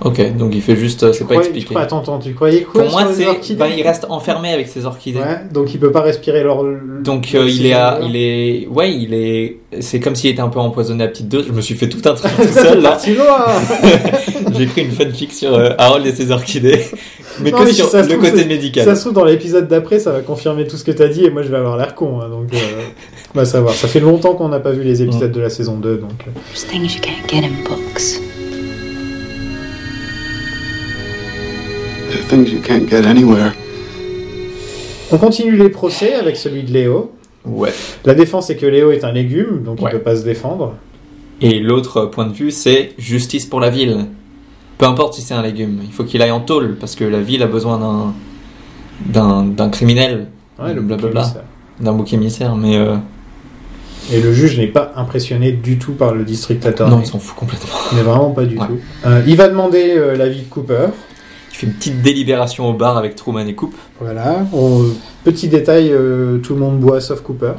S3: Ok, donc il fait juste, euh, c'est pas
S2: Croyais- tu
S3: expliqué.
S2: crois- attends, attends, tu croyais quoi
S3: Pour moi,
S2: sur les
S3: c'est,
S2: orchidées
S3: ben, il reste enfermé avec ses orchidées.
S2: Ouais, donc il peut pas respirer leur.
S3: Donc euh, il est, à,
S2: hein.
S3: il est, ouais, il est, c'est comme s'il était un peu empoisonné à petite dose. Je me suis fait tout un truc tout seul là.
S2: Parti loin hein.
S3: J'ai écrit une fanfic sur euh, Harold et ses orchidées, mais
S2: Non,
S3: que
S2: mais
S3: sur
S2: si ça se
S3: le
S2: trouve,
S3: côté
S2: c'est- Ça
S3: médical.
S2: se trouve, dans l'épisode d'après, ça va confirmer tout ce que t'as dit et moi je vais avoir l'air con, hein, donc. euh, on va savoir. Ça fait longtemps qu'on n'a pas vu les épisodes de la saison 2, donc. euh,
S7: There's things you can't get in books.
S6: There are things you can't get anywhere.
S2: On continue les procès avec celui de Léo.
S3: Ouais.
S2: La défense, c'est que Léo est un légume, donc
S3: Ouais.
S2: il peut pas se défendre.
S3: Et l'autre point de vue, c'est justice pour la ville. Peu importe si c'est un légume, il faut qu'il aille en tôle parce que la ville a besoin d'un, d'un, d'un criminel,
S2: Ouais, le
S3: Blablabla.
S2: bouc émissaire.
S3: d'un bouc émissaire. Mais euh,
S2: Et le juge n'est pas impressionné du tout par le district attorney.
S3: non, il s'en fout complètement.
S2: Mais vraiment pas du
S3: Ouais.
S2: tout. Euh, il va demander euh, l'avis de Cooper.
S3: Il fait une petite délibération au bar avec Truman et Coupe. Ah.
S2: Voilà. On- Petit détail, euh, tout le monde boit sauf Cooper.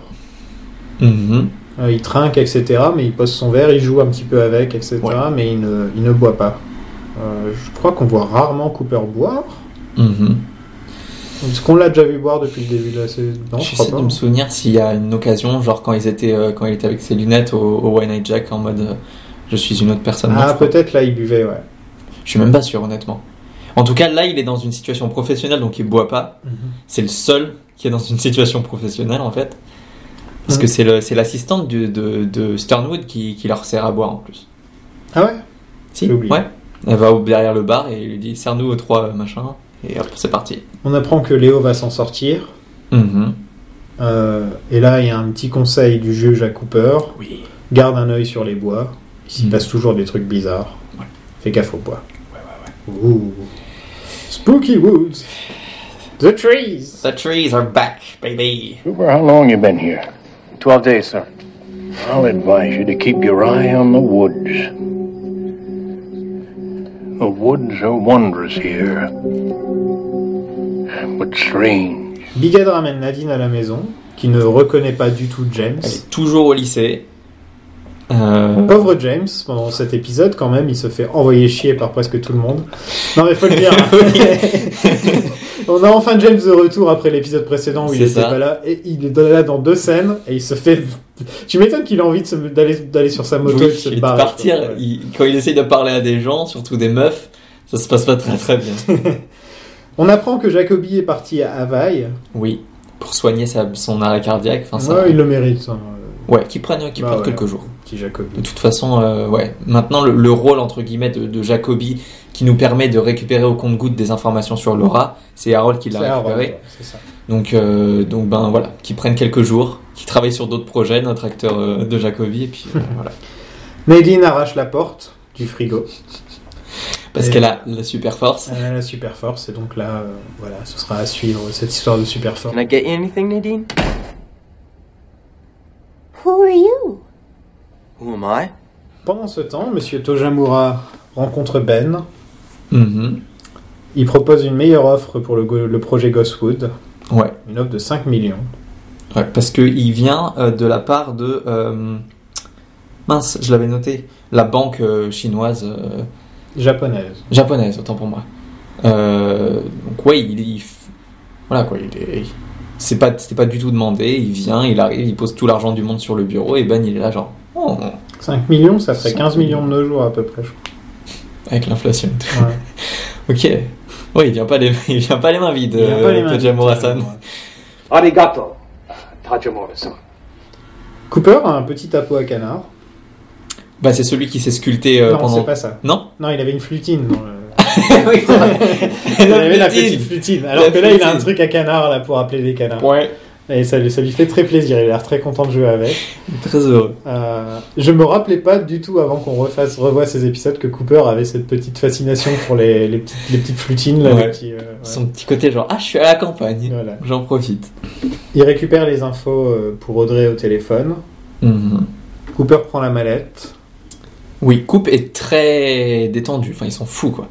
S2: Euh, il trinque, etc. Mais il pose son verre, il joue un petit peu avec, etc.
S3: Ouais.
S2: Mais il ne, il ne boit pas. Euh, je crois qu'on voit rarement Cooper boire. Mm-hmm.
S3: Mhm.
S2: Est-ce qu'on l'a déjà vu boire depuis le début de la saison Non, je crois
S3: J'essaie de
S2: pas.
S3: me souvenir s'il y a une occasion, genre quand, ils étaient, euh, quand il était avec ses lunettes au, au Wine Eye Jack en mode euh, je suis une autre personne. Non, je
S2: Ah,
S3: crois-
S2: peut-être là, il buvait, ouais.
S3: Je suis même pas sûr, honnêtement. En tout cas, là, il est dans une situation professionnelle, donc il boit pas.
S2: Mhm.
S3: C'est le seul qui est dans une situation professionnelle, en fait. Parce
S2: Mhm.
S3: que c'est le- c'est l'assistante de, de, de Sternwood qui, qui leur sert à boire en plus.
S2: Ah ouais
S3: Si
S2: J'ai oublié.
S3: Ouais. Elle va au- derrière le bar et il lui dit Serre-nous aux trois euh, machins. Et hop, c'est parti.
S2: On apprend que Léo va s'en sortir.
S3: Mhm.
S2: Euh, et là, il y a un petit conseil du juge à Cooper.
S3: Oui.
S2: Garde un œil sur les bois. Il s'y
S3: Mhm.
S2: passe toujours des trucs bizarres.
S3: Ouais.
S2: Fais gaffe aux bois. Ouh. Spooky woods. The trees.
S3: The trees are back, baby.
S8: Cooper, how long you been here?
S5: Twelve days, sir.
S8: I'll advise you to keep your eye on the woods. The woods are wondrous here, but strange.
S2: Bigad ramène Nadine à la maison, qui ne reconnaît pas du tout James.
S3: Elle est toujours au lycée. Euh,
S2: Pauvre James, pendant cet épisode, quand même, il se fait envoyer chier par presque tout le monde. Non, mais faut le dire. hein. On a enfin James de retour après l'épisode précédent où il
S3: C'est
S2: était
S3: ça.
S2: pas là. Et il est là dans deux scènes et il se fait. Tu m'étonnes qu'il a envie de se- d'aller d'aller sur sa moto
S3: oui,
S2: et de se
S3: il est
S2: barrer.
S3: partir.
S2: quoi. Ouais.
S3: il- quand il essaye de parler à des gens, surtout des meufs, ça se passe pas très très bien.
S2: On apprend que Jacobi est parti à Havaï.
S3: Oui, pour soigner sa- son arrêt cardiaque. Enfin, Ah, ça,
S2: Ouais, il le mérite, hein,
S3: Ouais, qui prennent, qui
S2: Bah
S3: prennent
S2: ouais.
S3: quelques jours.
S2: euh, petit Jacobi.
S3: De toute façon, euh, ouais. Maintenant, le, le rôle entre guillemets de, de Jacobi qui nous permet de récupérer au compte-goutte des informations sur Laura, c'est Harold qui l'a
S2: C'est Harold,
S3: récupéré.
S2: ouais, c'est ça.
S3: Donc, euh, donc ben voilà, qui prennent quelques jours, qui travaillent sur d'autres projets, notre acteur euh, de Jacobi, et puis euh, voilà.
S2: Nadine arrache la porte du frigo.
S3: Parce
S2: Et-
S3: qu'elle a la super force.
S2: Elle a la super force, et donc là, euh, voilà, ce sera à suivre cette histoire de super force.
S9: Can I get you anything, Nadine?
S10: Who are you?
S9: Who am I?
S2: Pendant ce temps, Monsieur Tojamura rencontre Ben.
S3: Mhm.
S2: Il propose une meilleure offre pour le, go- le projet Ghostwood,
S3: Ouais.
S2: une offre de 5 millions.
S3: Ouais, parce qu'il vient euh, de la part de. euh, mince, je l'avais noté. La banque euh, chinoise. euh,
S2: Japonaise.
S3: japonaise, autant pour moi. Euh, donc, ouais, il. il f- voilà quoi, il est. C'est pas, c'était pas du tout demandé, il vient, il arrive, il pose tout l'argent du monde sur le bureau et Ben il est là genre. Oh,
S2: 5 millions, ça ferait
S3: 5
S2: 15 millions de nos jours à peu près, je
S3: avec l'inflation.
S2: crois. Ouais.
S3: Ok. Oui, il vient pas les, il vient pas les mains vides, euh,
S2: Il y a pas les hein. mains.
S3: Tojamura-san.
S1: Arigato, Tajimura-san.
S2: Cooper a un petit tapot à canard.
S3: Bah, c'est celui qui s'est sculpté euh,
S2: non,
S3: pendant.
S2: c'est pas ça.
S3: Non
S2: Non, il avait une flutine. dans le-
S3: Oui, c'est vrai.
S2: il avait la
S3: flûtine.
S2: petite flutine. Alors
S3: La
S2: que là, il a un
S3: flutine.
S2: truc à canard là, pour appeler des canards.
S3: Ouais.
S2: Et ça, lui- ça lui fait très plaisir, il a l'air très content de jouer avec.
S3: Très heureux.
S2: Euh, je me rappelais pas du tout avant qu'on refasse, revoie ces épisodes que Cooper avait cette petite fascination pour les, les, petites, les petites flutines. Là,
S3: Ouais.
S2: les petits, euh, ouais.
S3: Son petit côté genre, ah, je suis à la campagne.
S2: Voilà.
S3: J'en profite.
S2: Il récupère les infos euh, pour Audrey au téléphone.
S3: Mhm.
S2: Cooper prend la mallette.
S3: Oui, Coupe est très détendu. Enfin, ils s'en fout, quoi.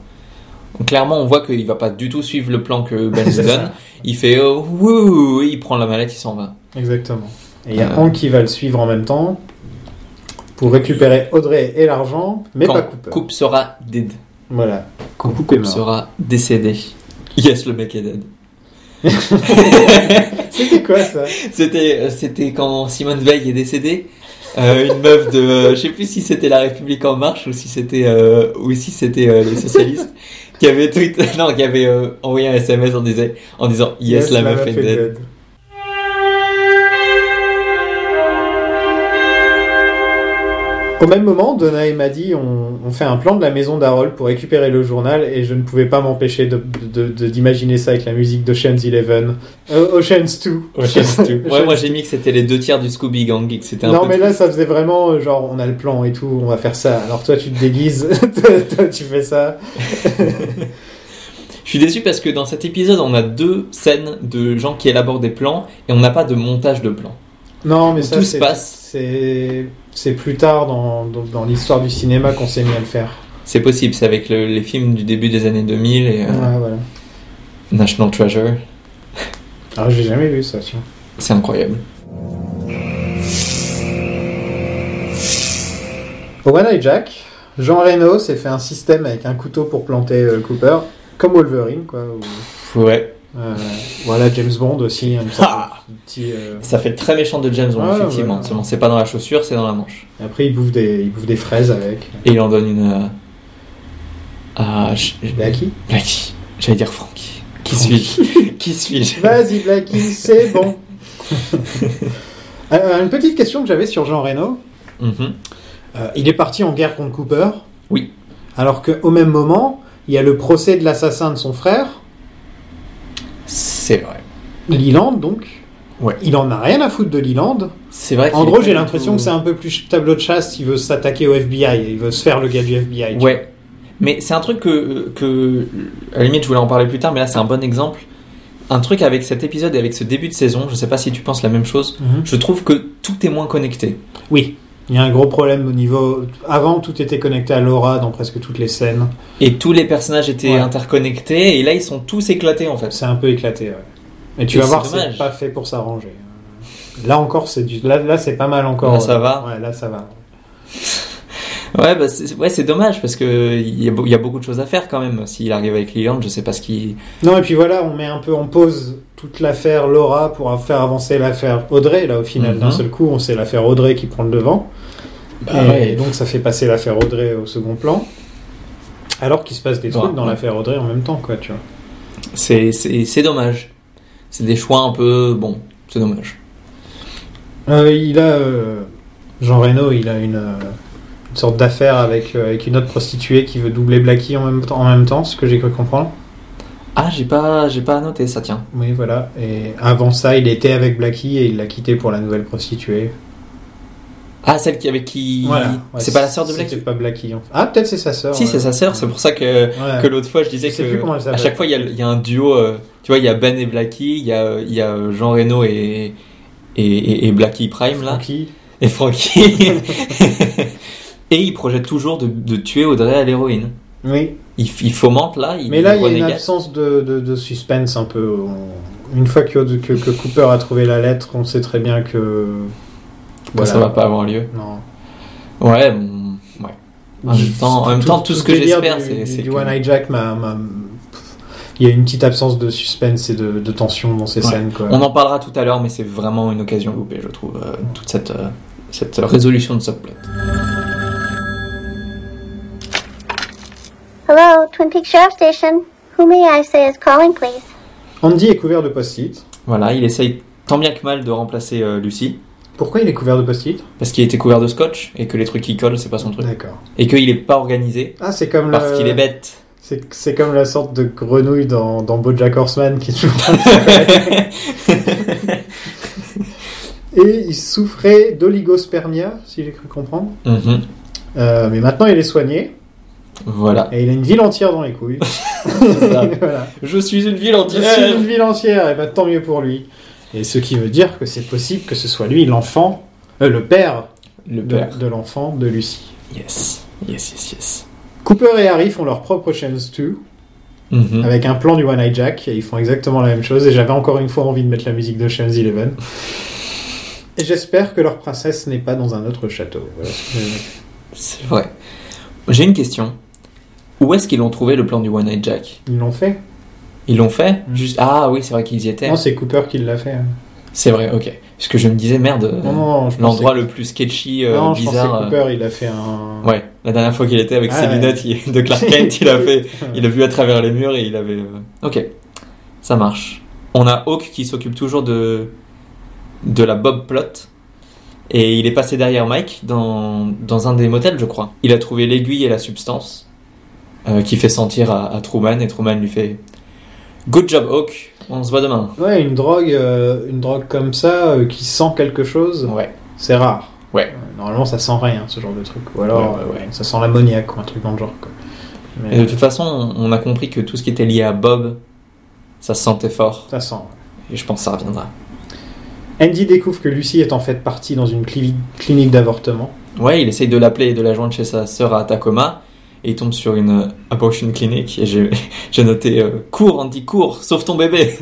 S3: Donc, clairement, on voit qu'il va pas du tout suivre le plan que Ben
S2: C'est
S3: lui donne.
S2: ça.
S3: Il fait oh, wouh, il prend la mallette, il s'en va.
S2: Exactement. Et il y a
S3: Euh.
S2: Hank qui va le suivre en même temps pour récupérer Audrey et l'argent, mais
S3: Quand
S2: pas Cooper.
S3: Coupe sera dead.
S2: Voilà.
S3: Quand
S2: Coupe
S3: Coupe,
S2: est mort.
S3: sera décédé. Yes, le mec est dead.
S2: C'était quoi ça
S3: C'était, euh, c'était quand Simone Veil est décédée. Euh, une meuf de, euh, je sais plus si c'était la République en marche ou si c'était, euh, ou si c'était euh, les socialistes, qui avait tweet, non, qui avait euh, envoyé un SMS en disant, en disant yes, la, meuf est dead.
S2: Au même moment, Donna et Maddy ont, ont fait un plan de la maison d'Harold pour récupérer le journal et je ne pouvais pas m'empêcher de- de- de- d'imaginer ça avec la musique d'Ocean's Eleven. Euh, Ocean's 2.
S3: Ocean's Two. Ouais, moi j'ai mis que c'était les deux tiers du Scooby Gang et que c'était un
S2: Non
S3: peu.
S2: mais là ça faisait vraiment euh, genre on a le plan et tout, on va faire ça. Alors toi tu te déguises, toi, toi, tu fais ça.
S3: Je suis déçu parce que dans cet épisode on a deux scènes de gens qui élaborent des plans et on n'a pas de montage de plans.
S2: Non mais
S3: Où
S2: ça
S3: tout se
S2: c'est-
S3: passe.
S2: c'est c'est plus tard dans, dans, dans l'histoire du cinéma qu'on s'est mis à le faire.
S3: C'est possible, c'est avec le- les films du début des années 2000 et euh,
S2: Ouais, voilà.
S3: National Treasure.
S2: Alors Ah, j'ai jamais vu ça. Tiens.
S3: C'est incroyable.
S2: Owen et Jack, Jean Reno s'est fait un système avec un couteau pour planter euh, Cooper, comme Wolverine quoi. ou-
S3: Ouais.
S2: euh, voilà James Bond aussi, une sorte
S3: Ah
S2: de petit, euh,
S3: Ça fait très méchant de James Bond,
S2: Ouais,
S3: effectivement.
S2: ouais.
S3: Seulement, c'est pas dans la chaussure, c'est dans la manche.
S2: et Après il bouffe des il bouffe des fraises avec.
S3: Et il en donne une. euh, à. je- je-
S2: Blackie.
S3: Blackie. J'allais dire Frankie. Qui suis-je Qui suis-je
S2: Vas-y, Blackie, c'est bon. Euh, une petite question que j'avais sur Jean Reno.
S3: Mhm.
S2: Euh, il est parti en guerre contre Cooper.
S3: Oui.
S2: Alors qu'au même moment, il y a le procès de l'assassin de son frère,
S3: C'est vrai.
S2: Leland donc.
S3: Ouais.
S2: Il en a rien à foutre de Leland.
S3: C'est vrai.
S2: En
S3: qu'il
S2: gros,
S3: est
S2: j'ai
S3: pas du
S2: l'impression
S3: tout-
S2: que c'est un peu plus tableau de chasse. Il veut s'attaquer au FBI. Il veut se faire le gars du FBI. tu
S3: Ouais. Mais c'est un truc que, que. À la limite, je voulais en parler plus tard, mais là, c'est un bon exemple. Un truc avec cet épisode et avec ce début de saison, je sais pas si tu penses la même chose,
S2: vois. Mhm.
S3: je trouve que tout est moins connecté.
S2: Oui. Il y a un gros problème au niveau. Avant, tout était connecté à Laura dans presque toutes les scènes.
S3: Et tous les personnages étaient
S2: Ouais.
S3: interconnectés, et là, ils sont tous éclatés en fait.
S2: C'est un peu éclaté, ouais. Mais tu
S3: Et
S2: vas
S3: c'est
S2: voir,
S3: dommage.
S2: c'est pas fait pour s'arranger. Là encore, c'est du... là, là c'est pas mal encore.
S3: Là, ça va.
S2: Ouais, là ça va.
S3: Ouais, bah, c'est ouais, c'est dommage parce que il y, a beau- il y a beaucoup de choses à faire quand même. S'il arrive avec Leland, je sais pas ce qu'il.
S2: Non, et puis voilà, on met un peu en pause toute l'affaire Laura pour faire avancer l'affaire Audrey. Là, au final,
S3: Mhm.
S2: d'un seul coup, on sait l'affaire Audrey qui prend le devant. et donc ça fait passer l'affaire Audrey au second plan. Alors qu'il se passe des trucs
S3: Ouais.
S2: dans l'affaire Audrey en même temps, quoi, tu vois.
S3: C'est- C'est c'est dommage. C'est des choix un peu. Bon, c'est dommage.
S2: Euh, il a. euh, Jean Reno, il a une, euh, une sorte d'affaire avec, euh, avec une autre prostituée qui veut doubler Blackie en même, temps- en même temps, ce que j'ai cru comprendre.
S3: Ah, j'ai pas, j'ai pas noté ça, tiens.
S2: Oui, voilà. Et avant ça, il était avec Blackie et il l'a quitté pour la nouvelle prostituée.
S3: Ah, celle qui avec qui.
S2: Voilà. Ouais,
S3: c'est pas la sœur de Blake
S2: C'était pas Blackie. en fait. Ah, peut-être c'est sa sœur.
S3: Si,
S2: ouais.
S3: c'est sa sœur, c'est pour ça que,
S2: Ouais.
S3: que l'autre fois je disais
S2: Je sais
S3: que.
S2: plus comment elle
S3: à
S2: s'appelle.
S3: chaque fois, il y a- il y, a un duo. euh, tu vois, il y a Ben et Blackie, il y a, euh, il y a euh, Jean Reno et, et, et, et Blackie Prime, là.
S2: Frankie.
S3: Et Frankie. et il projette toujours de, de tuer Audrey à l'héroïne.
S2: Oui.
S3: Il, il fomente là, il
S2: Mais là, il y a une
S3: renégate.
S2: absence de, de, de suspense un peu. On- Une fois que, que, que Cooper a trouvé la lettre, on sait très bien que.
S3: Bon, Ça va pas avoir lieu.
S2: Non.
S3: Ouais, mm, ouais. En même temps, en même temps, tout ce que
S2: le délire
S3: j'espère,
S2: du-
S3: c'est-
S2: du-
S3: c'est
S2: Du
S3: que-
S2: One Eye Jack m'a. m'a- pff, Il y a une petite absence de suspense et de, de tension dans ces
S3: Ouais.
S2: scènes. Quoi.
S3: On en parlera tout à l'heure, mais c'est vraiment une occasion loupée, je trouve, euh, toute cette, euh, cette résolution de subplot.
S10: Hello, Twin Peaks Sheriff Station. Who may I say is calling, please?
S2: Andy est couvert de post-it.
S3: Voilà, il essaye tant bien que mal de remplacer euh, Lucie,
S2: Pourquoi il est couvert de post-it
S3: parce qu'il était couvert de scotch et que les trucs qui collent, c'est pas son truc.
S2: D'accord.
S3: Et qu'il est pas organisé
S2: Ah, c'est comme
S3: parce
S2: le-
S3: qu'il est bête.
S2: C'est c'est comme la sorte de grenouille dans, dans Bojack Horseman qui est toujours. Et il souffrait d'oligospermia, si j'ai cru comprendre.
S3: Mhm.
S2: Euh, mais maintenant, il est soigné
S3: Voilà.
S2: et il a une ville entière dans les couilles.
S3: ça.
S2: Voilà.
S3: Je suis une ville
S2: Je suis une ville entière, et bah, tant mieux pour lui. Et ce qui veut dire que c'est possible que ce soit lui l'enfant, euh, le père,
S3: Le
S2: de,
S3: père.
S2: de l'enfant de Lucie.
S3: Yes. Yes, yes, yes.
S2: Cooper et Harry font leur propre Shane's 2
S3: Mhm.
S2: avec un plan du One Eye Jack et ils font exactement la même chose. Et j'avais encore une fois envie de mettre la musique de Shane's Eleven. Et j'espère que leur princesse n'est pas dans un autre château. Voilà ce que j'ai-
S3: C'est vrai. J'ai une question. Où est-ce qu'ils l'ont trouvé le plan du One Night Jack
S2: Ils l'ont fait
S3: Ils l'ont fait
S2: Mm.
S3: Juste... Ah oui, c'est vrai qu'ils y étaient.
S2: Non, c'est Cooper qui l'a fait. hein.
S3: C'est vrai, ok. Parce que je me disais, merde, euh,
S2: Non, non, non, je pensais-
S3: l'endroit le plus sketchy, euh,
S2: non, je pensais
S3: bizarre.
S2: que
S3: euh,
S2: Cooper, il a fait un.
S3: Ouais, la dernière fois qu'il était avec
S2: Ah,
S3: ses
S2: ouais.
S3: lunettes il- de Clark Kent, il a, fait... il a vu à travers les murs et il avait. euh, Ok, ça marche. On a Hawk qui s'occupe toujours de... de la Bob Plot. Et il est passé derrière Mike dans, dans un des motels, je crois. Il a trouvé l'aiguille et la substance euh, qui fait sentir à, à Truman et Truman lui fait Good job, Hawk, on se voit demain.
S2: Ouais, une drogue, euh, une drogue comme ça euh, qui sent quelque chose.
S3: Ouais,
S2: C'est rare.
S3: Ouais.
S2: Euh, Normalement, ça sent rien, ce genre de truc. Ou alors,
S3: Ouais, ouais, ouais.
S2: euh, ça sent l'ammoniaque ou un truc dans le genre. Quoi. Mais
S3: Et de toute façon, on a compris que tout ce qui était lié à Bob, ça se sentait fort.
S2: ça sent.
S3: Et je pense que ça reviendra.
S2: Andy découvre que Lucie est en fait partie dans une cli- clinique d'avortement.
S3: Ouais, il essaye de l'appeler et de la joindre chez sa sœur à Tacoma. Et il tombe sur une euh, abortion clinic. Et j'ai j'ai noté euh, Cours, Andy, cours, sauve ton bébé.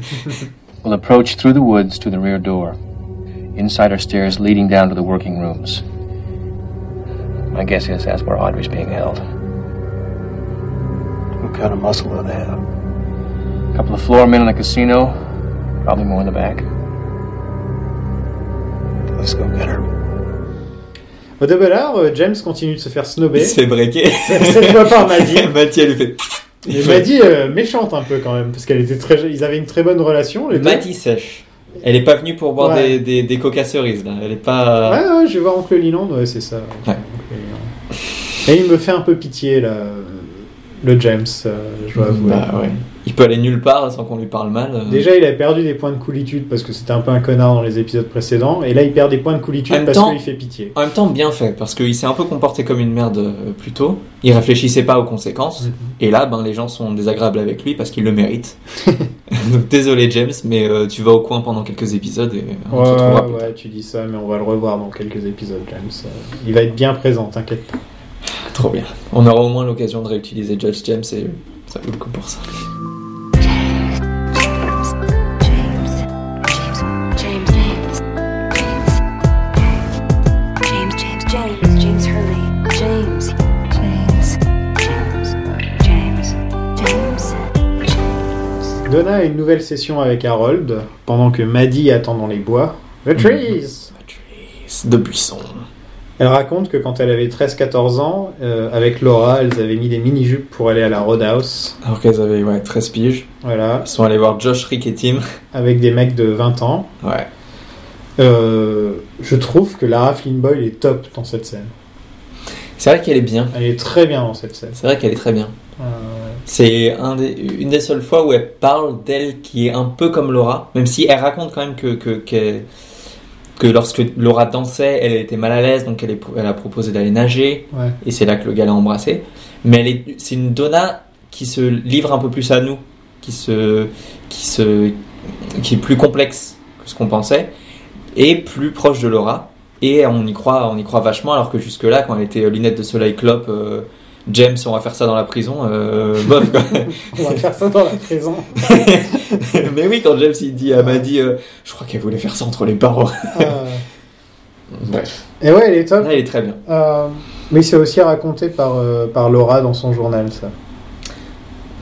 S8: We'll approach through the woods to the rear door. Inside are stairs leading down to the working rooms. My guess is that's where Audrey's being held.
S6: What kind of muscle do they have?
S8: A couple of floor men in the casino, probably more in the back.
S6: Let's go get her.
S2: Au double R, euh, James continue de se faire snobber.
S3: Il se fait breaker.
S2: Cette fois par Maddy.
S3: Maddy, elle lui fait.
S2: Et Maddy, euh, méchante un peu quand même, parce qu'elle était très, ils avaient une très bonne relation. Les deux.
S3: Maddy sèche. Elle est pas venue pour boire
S2: Ouais.
S3: des, des, des coca-cerises, là. Elle est pas.
S2: Ouais, ouais, je vais voir Oncle Leland, ouais, c'est ça.
S3: Ouais.
S2: Oncle Leland. Et il me fait un peu pitié, là, euh, le James, euh, je dois avouer.
S3: Bah, ouais. Il peut aller nulle part sans qu'on lui parle mal. euh.
S2: Déjà, il a perdu des points de coolitude parce que c'était un peu un connard dans les épisodes précédents, et là, il perd des points de
S3: En
S2: coolitude
S3: même
S2: parce
S3: temps-
S2: qu'il fait pitié.
S3: En même temps, bien fait, parce qu'il s'est un peu comporté comme une merde euh, plus tôt. Il réfléchissait pas aux conséquences.
S2: Mhm.
S3: Et là, ben, les gens sont désagréables avec lui parce qu'il le mérite. Donc désolé, James, mais euh, tu vas au coin pendant quelques épisodes et euh, on se
S2: Ouais,
S3: retrouvera plus
S2: ouais,
S3: tard.
S2: tu dis ça, mais on va le revoir dans quelques épisodes, James. Euh, Il va être bien présent, t'inquiète pas.
S3: Trop bien. On aura au moins l'occasion de réutiliser Judge James et ça vaut le coup pour ça.
S7: James. James. James. James. James. James. James. James Hurley. James. James. James. James. James.
S2: Donna a une nouvelle session avec Harold, pendant que Maddy attend dans les bois. The trees!
S3: Patrice de Buisson.
S2: Elle raconte que quand elle avait 13-14 ans, euh, avec Laura, elles avaient mis des mini-jupes pour aller à la Roadhouse.
S3: Alors qu'elles avaient ouais, 13 piges.
S2: Voilà.
S3: Ils sont allés voir Josh, Rick et Tim.
S2: Avec des mecs de 20 ans.
S3: Ouais.
S2: Euh, je trouve que Lara Flynn Boyle est top dans cette scène.
S3: C'est vrai qu'elle est bien.
S2: Elle est très bien dans cette scène.
S3: C'est vrai qu'elle est très bien.
S2: Euh,
S3: C'est un des- une des seules fois où elle parle d'elle qui est un peu comme Laura, même si elle raconte quand même que que- qu'elle que lorsque Laura dansait, elle, elle était mal à l'aise, donc elle, est- elle a proposé d'aller nager,
S2: Ouais.
S3: et c'est là que le gars l'a embrassée. Mais elle est- c'est une Donna qui se livre un peu plus à nous, qui, se, qui, se, qui est plus complexe que ce qu'on pensait, et plus proche de Laura. Et on y croit, on y croit vachement, alors que jusque-là, quand elle était euh, lunettes de soleil clope, euh, James, on va faire ça dans la prison, euh, bof quoi.
S2: On va faire ça dans la prison.
S3: Mais oui, quand James il dit, elle m'a dit, euh, je crois qu'elle voulait faire ça entre les parents.
S2: Euh,
S3: Bref,
S2: Et ouais, elle est top.
S3: là, elle Ah, est très bien.
S2: Euh, mais c'est aussi raconté par, euh, par Laura dans son journal, ça.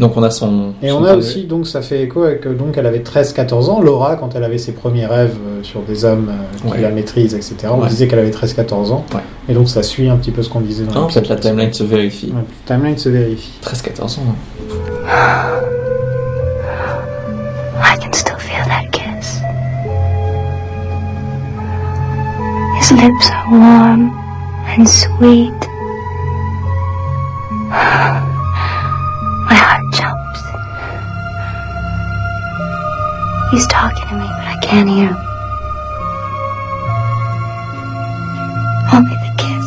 S3: Donc on a son.
S2: Et
S3: son
S2: on
S3: point
S2: a
S3: de
S2: aussi, donc ça fait écho avec, euh, donc elle avait 13-14 ans, Laura, quand elle avait ses premiers rêves euh, sur des hommes euh, qui
S3: Ouais.
S2: la maîtrisent, etc. On
S3: Ouais.
S2: disait qu'elle avait 13-14 ans.
S3: Ouais.
S2: Et donc ça suit un petit peu ce qu'on disait dans
S3: Non, peut-être la
S2: l'épisode.
S3: timeline se vérifie.
S2: Ouais, la timeline se vérifie.
S3: 13-14 ans. hein.
S7: I can still feel that kiss. His lips are warm and sweet. My heart jumps. He's talking to me, but I can't hear him. Only the kiss.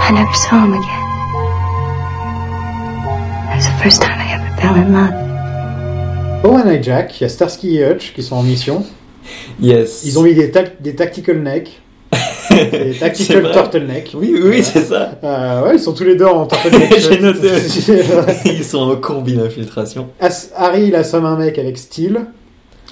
S7: I never saw him again. It was the first time I ever fell in love.
S2: Owen et Jack, il y a Starsky et Hutch qui sont en mission.
S3: Yes.
S2: Ils ont mis des, tac- des tactical necks, des
S3: C'est
S2: tactical
S3: vrai.
S2: turtlenecks.
S3: Oui, oui, oui, c'est ça.
S2: Euh, ouais, ils sont tous les deux en turtleneck.
S3: J'ai noté. Ils sont en combi d'infiltration.
S2: As- Harry, il assomme un mec avec Steel.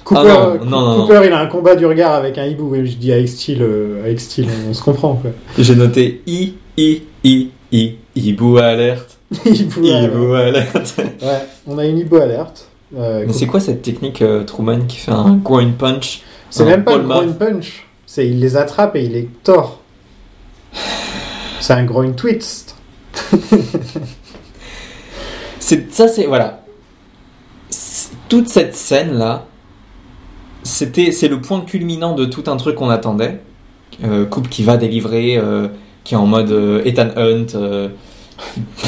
S2: Cooper,
S3: Ah non,
S2: Coo-
S3: non, non, non.
S2: Cooper, il a un combat du regard avec un hibou. Et je dis avec Steel, euh, avec Steel, on se comprend quoi.
S3: J'ai noté I, I, I, I, Hibou alerte.
S2: hibou. alerte.
S3: Hibou alerte.
S2: euh, Ouais, on a une hibou alerte. Euh,
S3: Mais c'est quoi cette technique euh, Truman qui fait un groin punch
S2: c'est
S3: un
S2: même pas
S3: pole
S2: un
S3: mouth
S2: groin punch. C'est il les attrape et il les tord. C'est un groin twist.
S3: C'est ça, c'est voilà. C'est- Toute cette scène là, c'était c'est le point culminant de tout un truc qu'on attendait. Euh, couple qui va délivrer, euh, qui est en mode euh, Ethan Hunt. euh.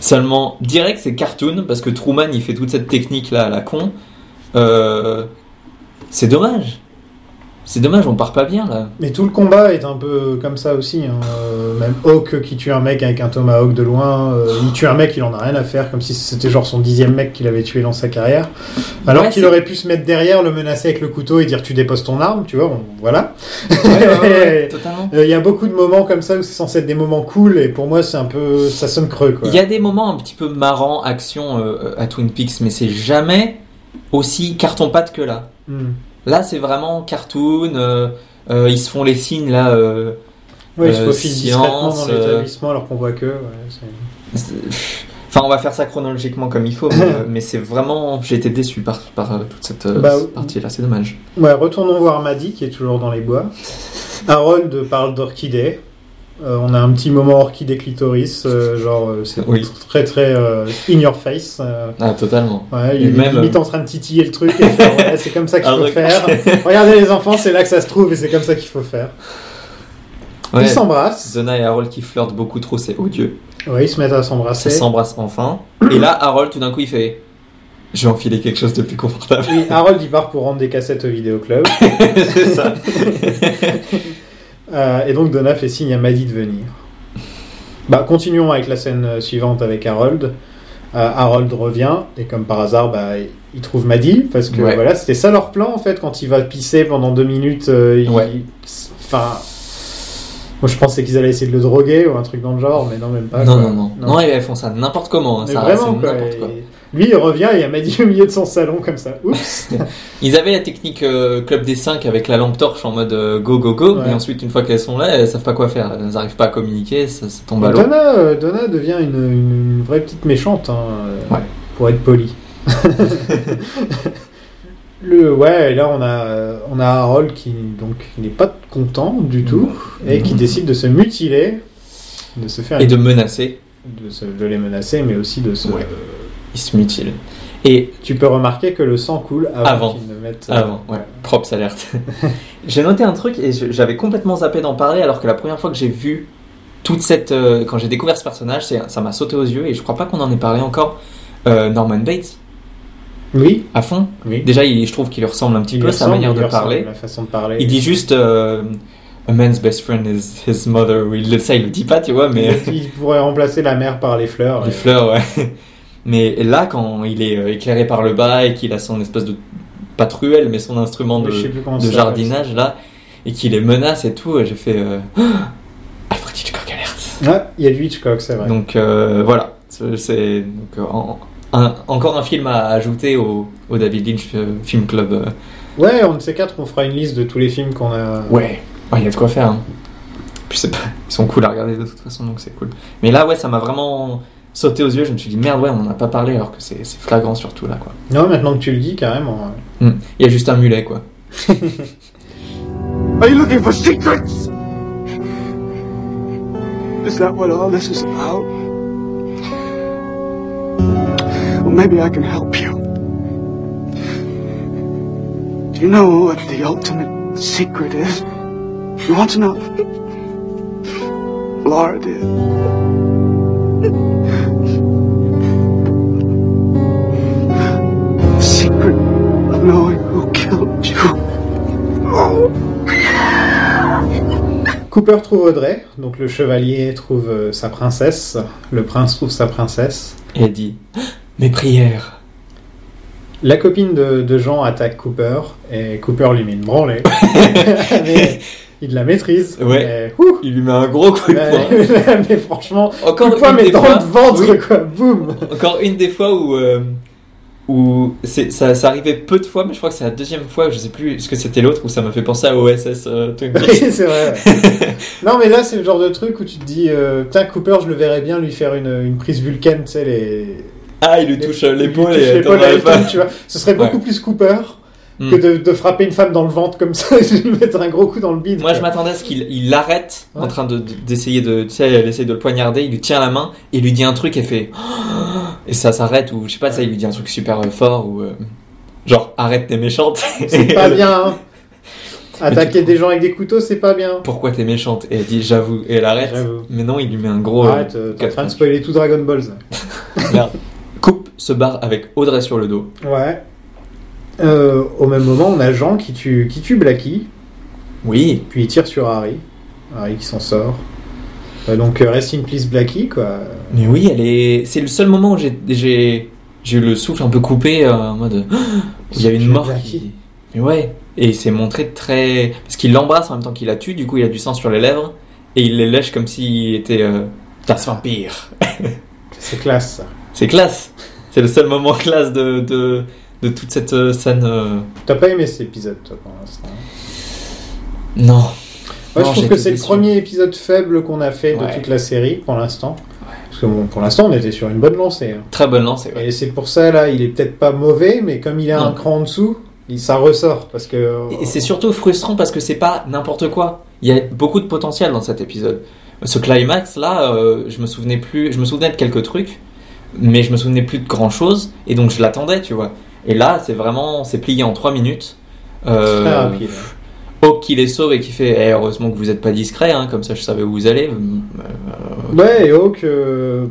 S3: Seulement direct c'est cartoon parce que Truman il fait toute cette technique là à la con. Euh, c'est dommage. C'est dommage, on part pas bien là.
S2: Mais tout le combat est un peu comme ça aussi. hein. Euh, même Hawk qui tue un mec avec un tomahawk de loin, euh, il tue un mec, il en a rien à faire, comme si c'était genre son dixième mec qu'il avait tué dans sa carrière. Alors
S3: Ouais,
S2: qu'il
S3: c'est-
S2: aurait pu se mettre derrière, le menacer avec le couteau et dire tu déposes ton arme, tu vois, on- voilà.
S3: totalement.
S2: Euh, Il y a beaucoup de moments comme ça où c'est censé être des moments cool et pour moi c'est un peu ça sonne creux quoi.
S3: Il y a des moments un petit peu marrants, action euh, à Twin Peaks, mais c'est jamais aussi carton-pâte que là.
S2: Hmm.
S3: Là, c'est vraiment cartoon. euh, euh, ils se font les signes là. euh,
S2: Ouais, il se
S3: Euh,
S2: faufile discrètement dans
S3: science, euh,
S2: l'établissement alors qu'on voit que. ouais, c'est-
S3: c'est- enfin, on va faire ça chronologiquement comme il faut, mais, euh, mais c'est vraiment. J'ai été déçu par, par euh, toute cette euh,
S2: Bah,
S3: cette partie-là. C'est dommage.
S2: Ouais, retournons voir Maddy qui est toujours dans les bois. Harold parle d'orchidée. Euh, on a un petit moment orchidée clitoris, euh, genre euh, c'est
S3: Oui.
S2: très très euh, in your face. euh,
S3: Ah, totalement.
S2: ouais, il est
S3: Même, euh,
S2: limite en train de titiller le truc. et faire, ouais, c'est comme ça qu'il
S3: Ah,
S2: faut
S3: ouais.
S2: faire. Regardez les enfants, c'est là que ça se trouve et c'est comme ça qu'il faut faire.
S3: Ouais,
S2: Ils s'embrassent.
S3: Zona et Harold qui flirtent beaucoup trop, c'est odieux.
S2: Ouais, ils se mettent à
S3: Ça
S2: s'embrasser.
S3: s'embrasse enfin. Et là, Harold, tout d'un coup, il fait. Je vais enfiler quelque chose de plus confortable.
S2: Oui, Harold il part pour rendre des cassettes au vidéoclub.
S3: c'est ça.
S2: Euh, et donc Donna fait signe à Maddy de venir. Bah, continuons avec la scène euh, suivante avec Harold. Euh, Harold revient et comme par hasard, bah, il trouve Maddy parce que
S3: Ouais.
S2: voilà, c'était ça leur plan en fait. Quand il va pisser pendant deux minutes, euh, il-
S3: Ouais.
S2: enfin, moi je pensais qu'ils allaient essayer de le droguer ou un truc dans le genre, mais non même pas.
S3: non,
S2: Ah, quoi.
S3: non, non, non. ils font ça n'importe comment. hein,
S2: Mais
S3: ça,
S2: vraiment
S3: c'est
S2: quoi.
S3: n'importe quoi.
S2: Et Lui il revient et il y a Maddy au milieu de son salon comme ça. Oups.
S3: Ils avaient la technique euh, club des 5 avec la lampe torche en mode euh, go go go,
S2: Ouais.
S3: mais ensuite une fois qu'elles sont là, elles savent pas quoi faire, elles n'arrivent pas à communiquer, ça, ça tombe à l'eau.
S2: Donna, euh, Donna devient une, une- une vraie petite méchante, hein, euh,
S3: Ouais.
S2: pour être poli. Le, ouais, et là on a, euh, on a Harold qui donc qui n'est pas content du tout et qui décide de se mutiler, de se faire,
S3: Et
S2: de...
S3: de menacer,
S2: se- de les menacer, mais aussi de se.
S3: Ouais. ils se mutilent. Et
S2: Tu peux remarquer que le sang coule avant,
S3: Avant.
S2: qu'ils ne mettent. euh,
S3: avant, ouais, props alerte. j'ai noté un truc et je- j'avais complètement zappé d'en parler alors que la première fois que j'ai vu toute cette. euh, quand j'ai découvert ce personnage, c'est- ça m'a sauté aux yeux et je crois pas qu'on en ait parlé encore. euh, Norman Bates.
S2: Oui.
S3: à fond.
S2: Oui.
S3: Déjà, il- je trouve qu'il lui ressemble un petit
S2: Il
S3: peu
S2: lui
S3: sa
S2: ressemble,
S3: manière
S2: il
S3: de
S2: lui ressemble,
S3: parler.
S2: La façon de parler.
S3: Il dit juste euh, A man's best friend is his mother. Oui, il le- ça, il le dit pas, tu vois, mais.
S2: Il il pourrait remplacer la mer par les fleurs. euh,
S3: Les
S2: et-
S3: fleurs, ouais. Mais là, quand il est euh, éclairé par le bas et qu'il a son espèce de. pas truelle, mais son instrument de,
S2: Je sais plus comment
S3: de
S2: ça s'appelle,
S3: jardinage, là, et qu'il les menace et tout, j'ai fait. euh, Ah Alfred Hitchcock alerte
S2: Ouais, Ah, il y a du Hitchcock, c'est vrai.
S3: Donc euh, voilà, C'est- c'est donc, euh, en- un- encore un film à ajouter au, au David Lynch euh, Film Club. euh,
S2: Ouais, on ne sait quatre, on fera une liste de tous les films qu'on a.
S3: Ouais, il y a de quoi faire. hein. Puis c'est pas... Ils sont cool à regarder de toute façon, donc c'est cool. Mais là, ouais, ça m'a vraiment sauté aux yeux. Je me suis dit, merde, ouais, on n'en a pas parlé alors que c'est c'est flagrant surtout là, quoi.
S2: Non, maintenant que tu le dis, carrément. ouais.
S3: Hmm. Il y a juste un mulet, quoi.
S6: Are you looking for secrets? Is that what all this is about? Well, maybe I can help you. Do you know what the ultimate secret is? You want to know? Laura did. The secret of knowing who killed you.
S2: Cooper trouve Audrey, donc le chevalier trouve euh, sa princesse, le prince trouve sa princesse.
S3: Et il dit, mes prières.
S2: La copine de, de Jean attaque Cooper, et Cooper lui met une branlée. Mais il la maîtrise.
S3: Ouais.
S2: mais, ouh,
S3: Il lui met un gros coup de poing.
S2: mais, mais franchement,
S3: Encore
S2: coup de poing,
S3: une
S2: mais
S3: des
S2: dans
S3: fois-
S2: le ventre,
S3: oui.
S2: quoi. Boum
S3: Encore une des fois où. euh, où c'est- ça, ça arrivait peu de fois, mais je crois que c'est la deuxième fois, je sais plus ce que c'était l'autre, où ça m'a fait penser à OSS euh, Twin Peaks.
S2: Oui, c'est vrai. Non, mais là, c'est le genre de truc où tu te dis, euh, putain, Cooper, je le verrais bien lui faire une, une prise vulcaine, tu sais, les.
S3: ah, il lui
S2: les-
S3: touche
S2: il
S3: euh,
S2: lui
S3: l'épaule
S2: touche
S3: et
S2: l'épaule
S3: t'en
S2: à
S3: avais pas.
S2: l'épaule, tu vois. Ce serait beaucoup
S3: Ouais.
S2: plus Cooper
S3: Hmm.
S2: que de, de frapper une femme dans le ventre comme ça et de lui mettre un gros coup dans le bide.
S3: Moi, je
S2: quoi.
S3: m'attendais à ce qu'il il l'arrête en
S2: Ouais.
S3: train de- de- d'essayer de, tu sais, elle essaye de le poignarder. Il lui tient la main et il lui dit un truc et fait et ça s'arrête ou je sais pas, ça il lui dit un truc super euh, fort ou euh, genre arrête t'es méchante.
S2: C'est pas bien, hein. Attaquer
S3: tu-
S2: des gens avec des couteaux, c'est pas bien.
S3: Pourquoi t'es méchante Et elle dit j'avoue et elle arrête.
S2: J'avoue.
S3: Mais non, il lui met un gros. euh,
S2: Arrête, euh, t'es en
S3: quatre
S2: train de spoiler tout Dragon Ball. ça.
S3: points. Merde. Coupe se barre avec Audrey sur le dos.
S2: Ouais. Euh, au même moment, on a Jean qui tue, qui tue Blackie,
S3: Oui.
S2: puis il tire sur Harry. Harry qui s'en sort. Euh, donc, euh, rest in peace Blackie, quoi.
S3: Mais oui, elle est. C'est le seul moment où j'ai j'ai j'ai eu le souffle un peu coupé euh, en mode. Il y a une
S2: Tu
S3: mort
S2: l'as
S3: qui.
S2: qui
S3: Mais ouais. Et il s'est montré très. Parce qu'il l'embrasse en même temps qu'il la tue, du coup il a du sang sur les lèvres. Et il les lèche comme s'il était. Euh... Das Vampire.
S2: C'est classe, ça.
S3: C'est classe. C'est le seul moment classe de, de, de toute cette euh, scène. euh,
S2: T'as pas aimé cet épisode, toi, pour l'instant hein
S3: Non.
S2: Moi,
S3: Non,
S2: je trouve
S3: j'ai
S2: que
S3: été
S2: c'est le
S3: déçu.
S2: premier épisode faible qu'on a fait de
S3: Ouais.
S2: toute la série, pour l'instant. Parce que, bon, pour l'instant, on était sur une bonne lancée. hein.
S3: Très bonne lance.
S2: Et c'est pour ça, là, il est peut-être pas mauvais, mais comme il est un
S3: Non.
S2: cran en dessous, il, ça ressort. Parce que. euh,
S3: Et c'est surtout frustrant parce que c'est pas n'importe quoi. Il y a beaucoup de potentiel dans cet épisode. Ce climax là, euh, je me souvenais plus, je me souvenais de quelques trucs, mais je me souvenais plus de grand chose et donc je l'attendais, tu vois. Et là, c'est vraiment, c'est plié en 3 minutes.
S2: C'est
S3: Euh,
S2: très rapide.
S3: Hawk qui les sauve et qui fait, Eh, heureusement que vous êtes pas discret, hein, comme ça je savais où vous allez.
S2: Ouais, et Hawk. euh,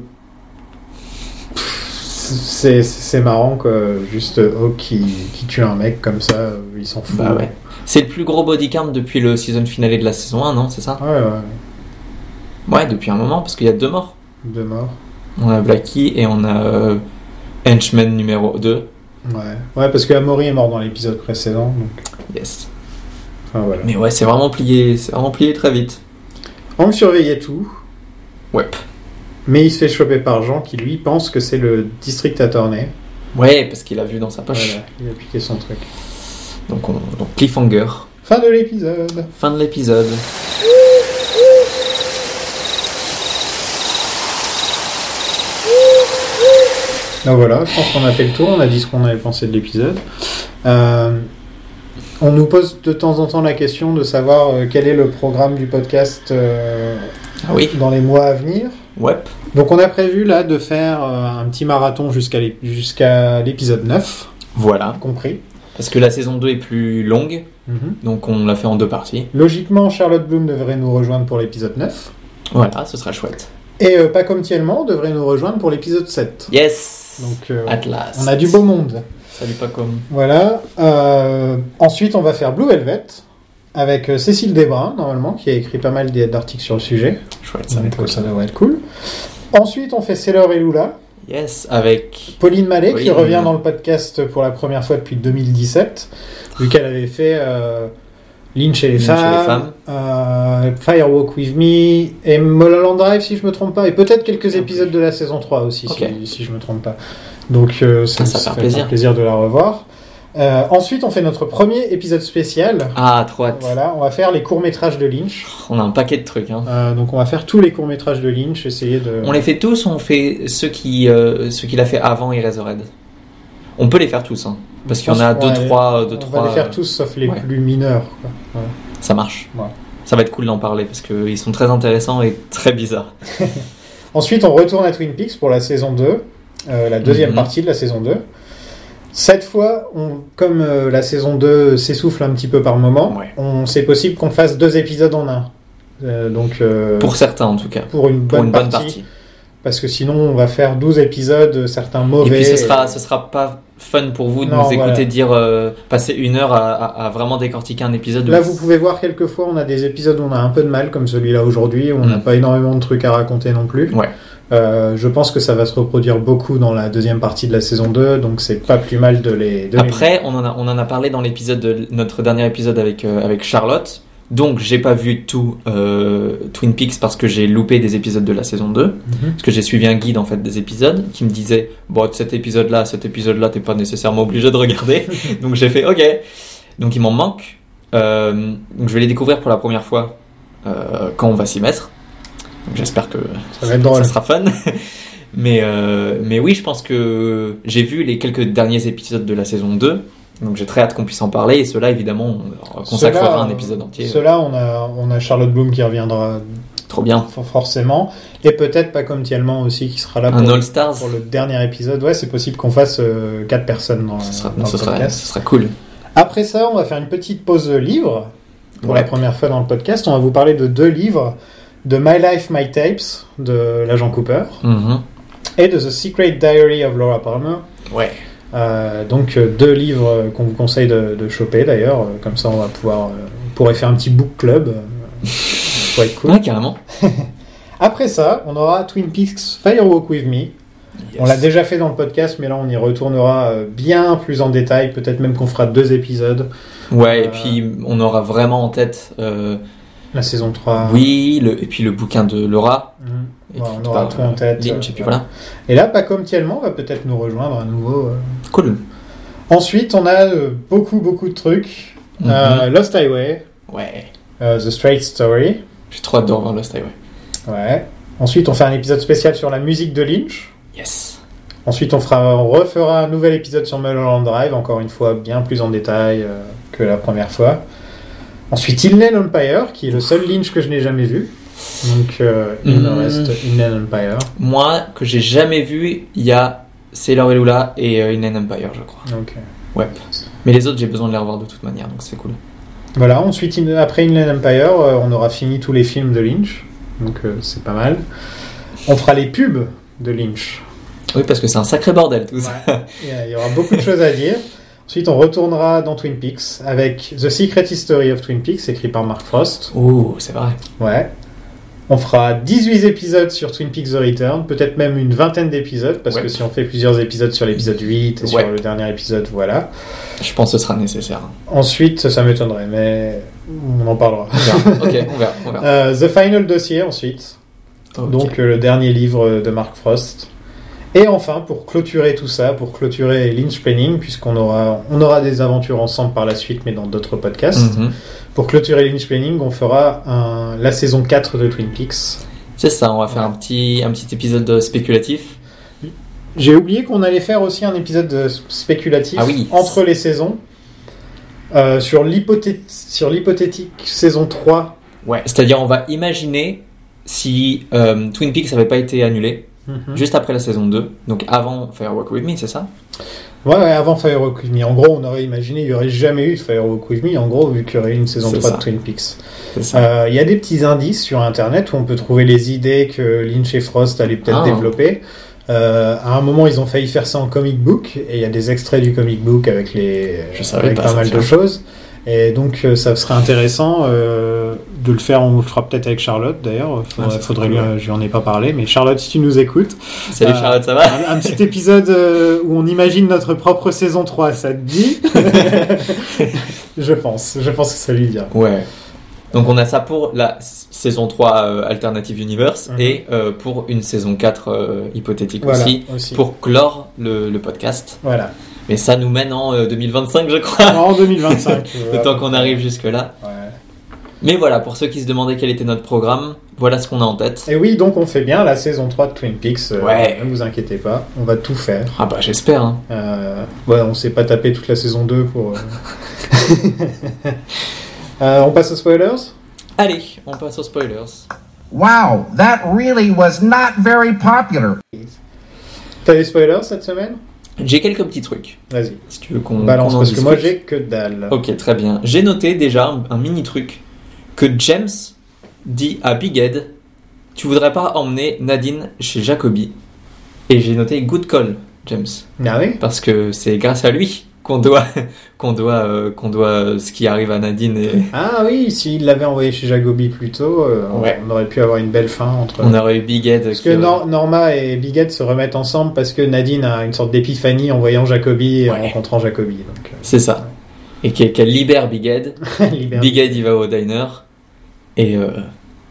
S2: C'est c'est marrant, quoi. Juste euh, Hawk qui, qui tue un mec comme ça, euh, il s'en fout.
S3: Bah ouais. C'est le plus gros body count depuis le season finale de la saison 1, non C'est ça
S2: Ouais, ouais.
S3: Ouais, depuis un moment parce qu'il y a deux morts.
S2: Deux morts.
S3: On a Blackie et on a euh, Henchman numéro 2.
S2: Ouais. Ouais, parce que Amaury est mort dans l'épisode précédent. Donc...
S3: Yes.
S2: Enfin, voilà.
S3: Mais ouais, c'est vraiment plié, c'est vraiment plié très vite.
S2: Hank surveillait tout,
S3: Ouais.
S2: mais il se fait choper par Jean qui lui pense que c'est le district attorney.
S3: Ouais, parce qu'il a vu dans sa poche.
S2: Voilà, il a piqué son truc.
S3: Donc, on, donc cliffhanger.
S2: Fin de l'épisode.
S3: Fin de l'épisode.
S2: Donc voilà, je pense qu'on a fait le tour, on a dit ce qu'on avait pensé de l'épisode. Euh, on nous pose de temps en temps la question de savoir euh, quel est le programme du podcast euh,
S3: Ah oui.
S2: dans les mois à venir.
S3: Ouais.
S2: Donc on a prévu là de faire euh, un petit marathon jusqu'à l'ép- jusqu'à l'épisode 9,
S3: Voilà.
S2: compris.
S3: Parce que la saison 2 est plus longue,
S2: Mhm.
S3: donc on l'a fait en deux parties.
S2: Logiquement, Charlotte Bloom devrait nous rejoindre pour l'épisode 9.
S3: Voilà, Ah, ce sera chouette.
S2: Et euh, pas comme Tielman devrait nous rejoindre pour l'épisode 7.
S3: Yes
S2: Donc euh,
S3: Atlas.
S2: on a du beau monde.
S3: Salut pas comme.
S2: Voilà. Euh, ensuite, on va faire Blue Velvet avec euh, Cécile Desbrun, normalement, qui a écrit pas mal d- d'articles sur le sujet.
S3: Chouette,
S2: Donc, euh, ça devrait être cool. Ensuite, on fait Sailor et Lula.
S3: Yes, avec.
S2: Pauline Mallet, qui
S3: Pauline
S2: revient
S3: Mallet.
S2: dans le podcast pour la première fois depuis 2017, vu qu'elle avait fait euh, Lynch et les
S3: Lynch et les
S2: femmes,
S3: femmes.
S2: euh, Firewalk with Me, et Mulholland Drive, si je me trompe pas, et peut-être quelques épisodes de la saison 3 aussi,
S3: Ok.
S2: si, si je me trompe pas. Donc euh, ça,
S3: Ah, ça fait
S2: ça
S3: un
S2: fait
S3: plaisir.
S2: un plaisir de la revoir. Euh, ensuite, on fait notre premier épisode spécial.
S3: Ah, trop hâte.
S2: Voilà, on va faire les courts-métrages de Lynch.
S3: On a un paquet de trucs. Hein.
S2: Euh, donc on va faire tous les courts-métrages de Lynch, essayer de...
S3: On les fait tous ou on fait ceux qui, euh, ceux qu'il a fait avant Eraserhead On peut les faire tous, hein. Parce
S2: Je
S3: qu'il y en
S2: pense
S3: a
S2: qu'on
S3: deux,
S2: va-
S3: trois, euh, deux,
S2: on
S3: trois.
S2: va les faire
S3: euh,
S2: tous sauf les
S3: ouais.
S2: plus mineurs. quoi. Voilà.
S3: Ça marche.
S2: Ouais.
S3: Ça va être cool d'en parler parce qu'ils sont très intéressants et très bizarres.
S2: Ensuite, on retourne à Twin Peaks pour la saison 2, euh, la deuxième
S3: Mhm.
S2: partie de la saison 2. Cette fois, on, comme euh, la saison 2 s'essouffle un petit peu par moment,
S3: Ouais.
S2: on c'est possible qu'on fasse deux épisodes en un. Euh, donc euh,
S3: Pour certains en tout cas.
S2: pour une,
S3: Pour
S2: bonne,
S3: une
S2: partie,
S3: bonne partie.
S2: Parce que sinon, on va faire 12 épisodes, euh, certains
S3: Et
S2: mauvais.
S3: puis ce sera, ce sera pas fun pour vous de
S2: Non,
S3: nous écouter
S2: voilà.
S3: dire euh, passer une heure à, à- à vraiment décortiquer un épisode.
S2: Là,
S3: où-
S2: vous pouvez voir quelquefois, on a des épisodes où on a un peu de mal, comme celui-là aujourd'hui, où on n'a
S3: Mhm.
S2: pas énormément de trucs à raconter non plus.
S3: Ouais.
S2: Euh, je pense que ça va se reproduire beaucoup dans la deuxième partie de la saison 2, donc c'est pas plus mal de les. De les-
S3: Après, on en a, on en a parlé dans l'épisode de notre dernier épisode avec euh, avec Charlotte. Donc j'ai pas vu tout euh, Twin Peaks parce que j'ai loupé des épisodes de la saison 2
S2: Mhm.
S3: parce que j'ai suivi un guide en fait des épisodes qui me disait bon cet épisode là cet épisode là t'es pas nécessairement obligé de regarder donc j'ai fait ok donc il m'en manque Euh, donc je vais les découvrir pour la première fois euh, quand on va s'y mettre donc j'espère que
S2: Ça va être drôle.
S3: ça sera fun mais euh, mais oui je pense que j'ai vu les quelques derniers épisodes de la saison 2 donc j'ai très hâte qu'on puisse en parler et cela évidemment on consacrera
S2: Ceux-là,
S3: un épisode entier
S2: Ceux-là, on a, on a Charlotte Bloom qui reviendra
S3: trop bien
S2: for- forcément. Et peut-être pas comme Tielman aussi qui sera là
S3: un
S2: pour,
S3: All Stars
S2: pour le dernier épisode. Ouais, c'est possible qu'on fasse 4 personnes dans,
S3: ce sera,
S2: dans
S3: ce
S2: le
S3: sera-
S2: podcast.
S3: ce sera cool
S2: Après ça, on va faire une petite pause livre pour
S3: Ouais.
S2: la première fois dans le podcast. On va vous parler de deux livres de My Life, My Tapes de l'agent Cooper
S3: Mhm.
S2: et de The Secret Diary of Laura Palmer.
S3: ouais
S2: Euh, donc euh, deux livres euh, qu'on vous conseille de, de choper d'ailleurs. Euh, Comme ça, on va pouvoir, euh, on pourrait faire un petit book club. Euh, ça pourrait être cool.
S3: ouais carrément
S2: Après ça, on aura Twin Peaks Firewalk with Me. On l'a
S3: Yes.
S2: déjà fait dans le podcast, mais là on y retournera euh, bien plus en détail. Peut-être même qu'on fera deux épisodes.
S3: Ouais,
S2: Euh,
S3: et puis on aura vraiment en tête, euh,
S2: La saison 3.
S3: oui, le, et puis le bouquin de Laura.
S2: Mhm.
S3: Et
S2: Ouais,
S3: puis
S2: on
S3: de
S2: aura
S3: par-
S2: tout en tête,
S3: Lynch,
S2: euh,
S3: et puis
S2: voilà.
S3: voilà.
S2: Et là, Paco Tielman va peut-être nous rejoindre à nouveau. euh.
S3: Cool.
S2: Ensuite, on a euh, beaucoup, beaucoup de trucs. Euh, Lost Highway,
S3: Mhm. Ouais,
S2: euh, The Straight Story.
S3: j'ai trop hâte de revoir Lost Highway.
S2: Ouais. Ensuite, on fait un épisode spécial sur la musique de Lynch.
S3: Yes.
S2: Ensuite, on, fera, on refera un nouvel épisode sur Mulholland Drive, encore une fois, bien plus en détail euh, que la première fois. Ensuite, Inland Empire, qui est le seul Lynch que je n'ai jamais vu. Donc, euh, il me
S3: Mhm.
S2: reste Inland Empire.
S3: Moi, que j'ai jamais vu, il y a Sailor et Lula et euh, Inland Empire, je crois.
S2: Donc, euh,
S3: Ouais. Mais les autres, j'ai besoin de les revoir de toute manière, donc c'est cool.
S2: Voilà, ensuite, in- après Inland Empire, euh, on aura fini tous les films de Lynch, donc euh, c'est pas mal. On fera les pubs de Lynch.
S3: Oui, parce que c'est un sacré bordel tout ça.
S2: Il y a- euh, il y aura beaucoup de choses à dire. Ensuite, on retournera dans Twin Peaks avec The Secret History of Twin Peaks, écrit par Mark Frost.
S3: Oh, c'est vrai.
S2: Ouais. On fera 18 épisodes sur Twin Peaks The Return, peut-être même une vingtaine d'épisodes, parce
S3: Ouais.
S2: que si on fait plusieurs épisodes sur l'épisode 8 et sur
S3: Ouais.
S2: le dernier épisode, voilà.
S3: Je pense que ce sera nécessaire.
S2: Ensuite, ça m'étonnerait, mais on en parlera.
S3: On verra. ok, on verra. On verra.
S2: Euh, The Final Dossier ensuite.
S3: Ok.
S2: Donc euh, le dernier livre de Mark Frost. Et enfin, pour clôturer tout ça, pour clôturer Lynch Planning, puisqu'on aura, on aura des aventures ensemble par la suite, mais dans d'autres podcasts,
S3: Mhm.
S2: pour clôturer Lynch Planning, on fera un- la saison 4 de Twin Peaks.
S3: C'est ça, on va faire un petit, un petit épisode euh, spéculatif.
S2: J'ai oublié qu'on allait faire aussi un épisode euh, spéculatif
S3: Ah oui.
S2: entre les saisons, euh, sur l'hypothé- sur l'hypothétique saison 3.
S3: Ouais. C'est-à-dire, on va imaginer si euh, Twin Peaks n'avait pas été annulé
S2: Mhm.
S3: juste après la saison 2, donc avant Firework With Me, c'est ça
S2: Ouais, ouais, avant Firewalk With Me. En gros, on aurait imaginé, il n'y aurait jamais eu de Firewalk With Me, en gros, vu qu'il y aurait eu une saison
S3: C'est
S2: 3 de
S3: ça.
S2: Twin Peaks.
S3: C'est ça.
S2: Euh, Il y a des petits indices sur Internet où on peut trouver les idées que Lynch et Frost allaient peut-être
S3: Ah.
S2: développer. Euh, à un moment, ils ont failli faire ça en comic book, et il y a des extraits du comic book avec les,
S3: Je savais
S2: avec
S3: pas
S2: pas
S3: ça,
S2: mal
S3: tiens.
S2: de choses. Et donc, euh, ça serait intéressant euh, de le faire. On le fera peut-être avec Charlotte, d'ailleurs. Faudrait,
S3: Ah, ça serait
S2: faudrait
S3: cool,
S2: lui- je lui en ai pas parlé, mais Charlotte, si tu nous écoutes,
S3: Salut
S2: Euh,
S3: Charlotte, ça va
S2: un, un petit épisode euh, où on imagine notre propre saison 3, ça te dit Je pense, je pense que ça lui dira.
S3: Ouais. Donc on a ça pour la s- saison 3 euh, Alternative Universe
S2: Mhm.
S3: et euh, pour une saison 4 euh, hypothétique
S2: Voilà,
S3: aussi,
S2: aussi.
S3: pour clore le, le podcast.
S2: Voilà.
S3: Mais ça nous mène en euh, 2025 je crois,
S2: En 2025. euh,
S3: le temps qu'on arrive jusque-là.
S2: Ouais.
S3: Mais voilà, pour ceux qui se demandaient quel était notre programme, voilà ce qu'on a en tête.
S2: Et oui, donc on fait bien la saison 3 de Twin Peaks. euh,
S3: Ouais.
S2: Ne vous inquiétez pas, on va tout faire.
S3: Ah bah j'espère. hein.
S2: Euh, ouais, on s'est pas tapé toute la saison 2 pour. euh. Euh, on passe aux spoilers
S3: Allez, on passe aux spoilers.
S11: Wow, that really was not very popular.
S2: T'as des spoilers cette semaine
S3: J'ai quelques petits trucs,
S2: Vas-y,
S3: si tu veux qu'on
S2: balance,
S3: qu'on en
S2: parce que moi
S3: discute.
S2: j'ai que dalle.
S3: Ok, très bien. J'ai noté déjà un, un mini truc que James dit à Big Ed Tu voudrais pas emmener Nadine chez Jacobi Et j'ai noté Good Call, James,
S2: Ah oui
S3: parce que c'est grâce à lui qu'on doit, qu'on doit, euh, qu'on doit euh, ce qui arrive à Nadine et
S2: Ah oui, s'il l'avait envoyé chez Jacobi plus tôt, euh, on-
S3: Ouais.
S2: on aurait pu avoir une belle fin entre.
S3: on aurait eu Big Ed.
S2: Parce
S3: qui euh,
S2: que
S3: aurait-
S2: Nor- Norma et Bigette se remettent ensemble parce que Nadine a une sorte d'épiphanie en voyant Jacobi et en
S3: Ouais.
S2: rencontrant Jacobi. Donc,
S3: C'est ça. Et qu'elle qu'elle libère Big Ed.
S2: euh, libère-
S3: Big Ed, il va au diner. Et, euh,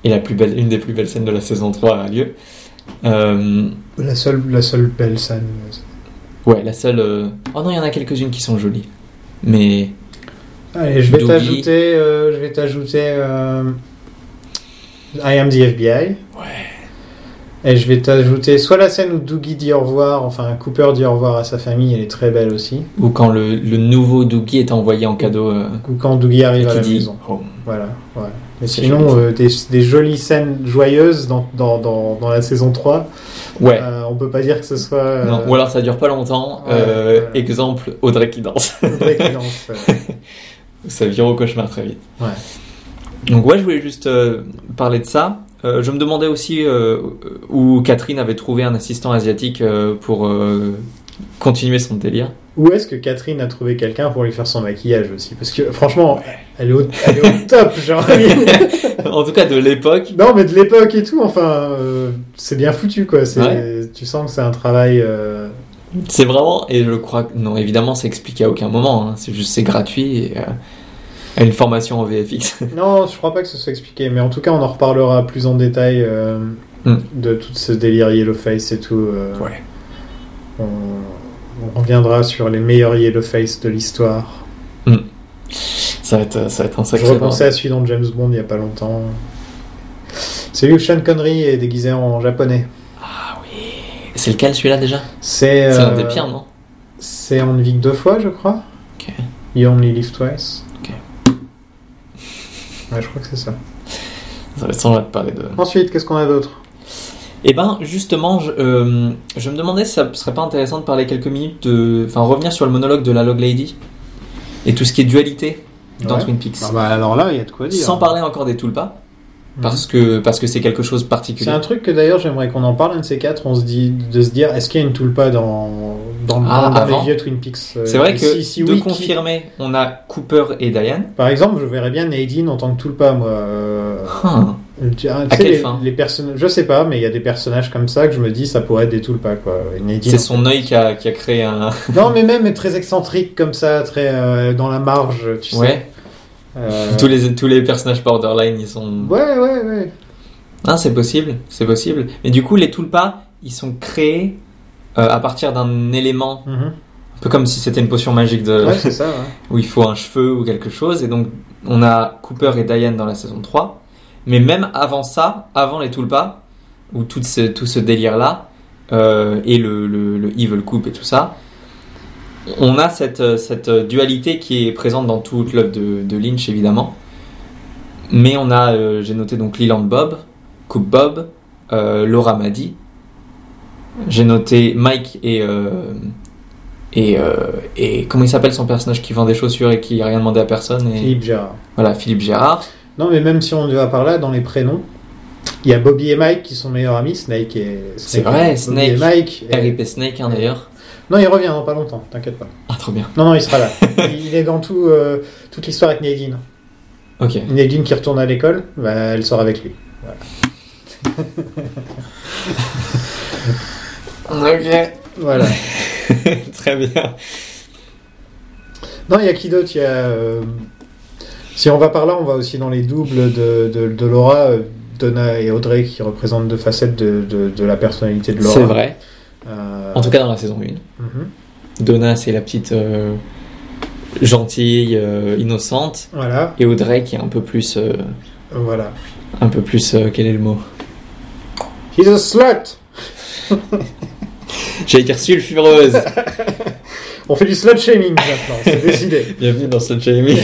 S3: et la plus belle, une des plus belles scènes de la saison 3 a lieu. Euh,
S2: La seule, la seule belle scène.
S3: Ouais, la seule. euh, Oh non, il y en a quelques-unes qui sont jolies. Mais.
S2: Allez, je vais
S3: Doogie.
S2: t'ajouter, euh, je vais t'ajouter euh, I am the FBI. Et je vais t'ajouter soit la scène où Doogie dit au revoir, enfin Cooper dit au revoir à sa famille, elle est très belle aussi.
S3: Ou quand le, le nouveau Doogie est envoyé en cadeau. euh,
S2: Ou quand Doogie
S3: et
S2: arrive à
S3: qui
S2: la
S3: dit
S2: maison.
S3: Home.
S2: Voilà. Ouais. Mais
S3: C'est
S2: sinon,
S3: joli.
S2: euh, des, des jolies scènes joyeuses dans, dans, dans, dans la saison 3.
S3: Ouais.
S2: Euh, on peut pas dire que ce soit. euh,
S3: Non, Ou alors ça dure pas longtemps.
S2: ouais,
S3: euh,
S2: voilà.
S3: Exemple, Audrey qui danse.
S2: Audrey qui danse, euh.
S3: ça vire au cauchemar très vite.
S2: Ouais.
S3: Donc, ouais, je voulais juste euh, parler de ça. Euh, je me demandais aussi euh, où Catherine avait trouvé un assistant asiatique euh, pour euh, continuer son délire.
S2: Où est-ce que Catherine a trouvé quelqu'un pour lui faire son maquillage aussi Parce que franchement, elle est au, elle est au top, genre.
S3: en tout cas, de l'époque.
S2: Non, mais de l'époque et tout, enfin, euh, c'est bien foutu, quoi. C'est,
S3: Ouais.
S2: Tu sens que c'est un travail. euh,
S3: C'est vraiment, et je crois que, non, évidemment, c'est expliqué à aucun moment, hein. c'est juste, c'est gratuit, et, euh, à une formation en VFX.
S2: Non, je crois pas que ce soit expliqué, mais en tout cas, on en reparlera plus en détail euh,
S3: Hmm.
S2: de tout ce délire Yellow Face et tout. euh,
S3: Ouais.
S2: on, on reviendra sur les meilleurs Yellow Face de l'histoire.
S3: ça, va être, euh, ça va être un
S2: Je
S3: sacré.
S2: repensais à celui dans James Bond il y a pas longtemps. Celui où Sean Connery est déguisé en japonais.
S3: bordel. C'est lequel celui-là déjà
S2: C'est
S3: C'est un
S2: euh,
S3: des pires, non
S2: C'est on ne vit que deux fois, je crois.
S3: Ok.
S2: You only live twice.
S3: Ok.
S2: Ouais, je crois que c'est ça.
S3: Ça va être sans de parler de.
S2: Ensuite, qu'est-ce qu'on a d'autre
S3: Et ben, justement, je, euh, je me demandais si ça serait pas intéressant de parler quelques minutes de. Enfin, revenir sur le monologue de la Log Lady et tout ce qui est dualité dans
S2: Ouais.
S3: Twin Peaks.
S2: Ah bah, Alors là, il y a de quoi dire. Mhm.
S3: Sans parler encore des Tulpas, parce que parce que c'est quelque chose de
S2: C'est
S3: particulier.
S2: un truc que d'ailleurs j'aimerais qu'on en parle un de ces quatre. On se dit de se dire est-ce qu'il y a une tulpa dans dans,
S3: Ah,
S2: dans
S3: avant.
S2: les vieux Twin Peaks euh,
S3: C'est vrai
S2: et
S3: que
S2: si, si
S3: de
S2: oui, qui-
S3: confirmer, on a Cooper et Diane.
S2: Par exemple, je verrais bien Nadine en tant que tulpa moi. euh,
S3: Hum.
S2: Tu- tu sais,
S3: quelle
S2: les,
S3: fin
S2: les personnages, je sais pas, mais il y a des personnages comme ça que je me dis ça pourrait être des tulpas quoi. Et Nadine,
S3: C'est
S2: en
S3: son œil qui a, qui a créé un.
S2: Non, mais même très excentrique comme ça, très euh, dans la marge, tu sais.
S3: Ouais.
S2: Euh,
S3: Tous les tous les personnages borderline, ils sont.
S2: Ouais, ouais, ouais.
S3: Hein, c'est possible, c'est possible. Mais du coup, les tulpas, ils sont créés euh, à partir d'un élément,
S2: Mhm.
S3: un peu comme si c'était une potion magique de
S2: Ouais, c'est ça. ouais.
S3: où il faut un cheveu ou quelque chose. Et donc, on a Cooper et Diane dans la saison 3. Mais même avant ça, avant les tulpas, ou tout ce, tout ce délire-là, euh, et le, le, le Evil Coupe et tout ça, on a cette, euh, cette euh, dualité qui est présente dans toute l'œuvre de, de Lynch, évidemment. Mais on a, euh, j'ai noté donc Leland Bob, Coupe Bob, euh, Laura Maddy. J'ai noté Mike et. euh, et, euh, et comment il s'appelle son personnage qui vend des chaussures et qui a rien demandé à personne et
S2: Philippe Gérard.
S3: voilà Philippe Gérard
S2: Non, mais même si on va par là, dans les prénoms, Il y a Bobby et Mike qui sont meilleurs amis, Snake et
S3: C'est
S2: Snake-
S3: vrai,
S2: Bobby
S3: Snake.
S2: et Mike. et-
S3: RIP Snake, hein, d'ailleurs.
S2: Non, il revient dans pas longtemps, t'inquiète pas.
S3: Ah, trop bien.
S2: Non, non, il sera là. il est dans tout, euh, toute l'histoire avec Nadine.
S3: Ok.
S2: Nadine qui retourne à l'école, bah, elle sort avec lui. Voilà.
S3: Ok.
S2: Voilà.
S3: Très bien.
S2: Non, il y a qui d'autre Il y a, euh, Si on va par là, on va aussi dans les doubles de, de, de Laura, euh, Donna et Audrey qui représentent deux facettes de, de, de la personnalité de Laura.
S3: C'est vrai.
S2: Euh,
S3: En tout cas, dans la saison 1.
S2: mhm.
S3: Donna, c'est la petite euh, gentille, euh, innocente.
S2: Voilà,
S3: Et Audrey, qui est un peu plus. euh,
S2: voilà.
S3: un peu plus. euh, quel est le mot
S2: He's a slut
S3: J'allais dire sulfureuse.
S2: On fait du slut shaming maintenant, c'est décidé.
S3: Bienvenue dans ce Jamie.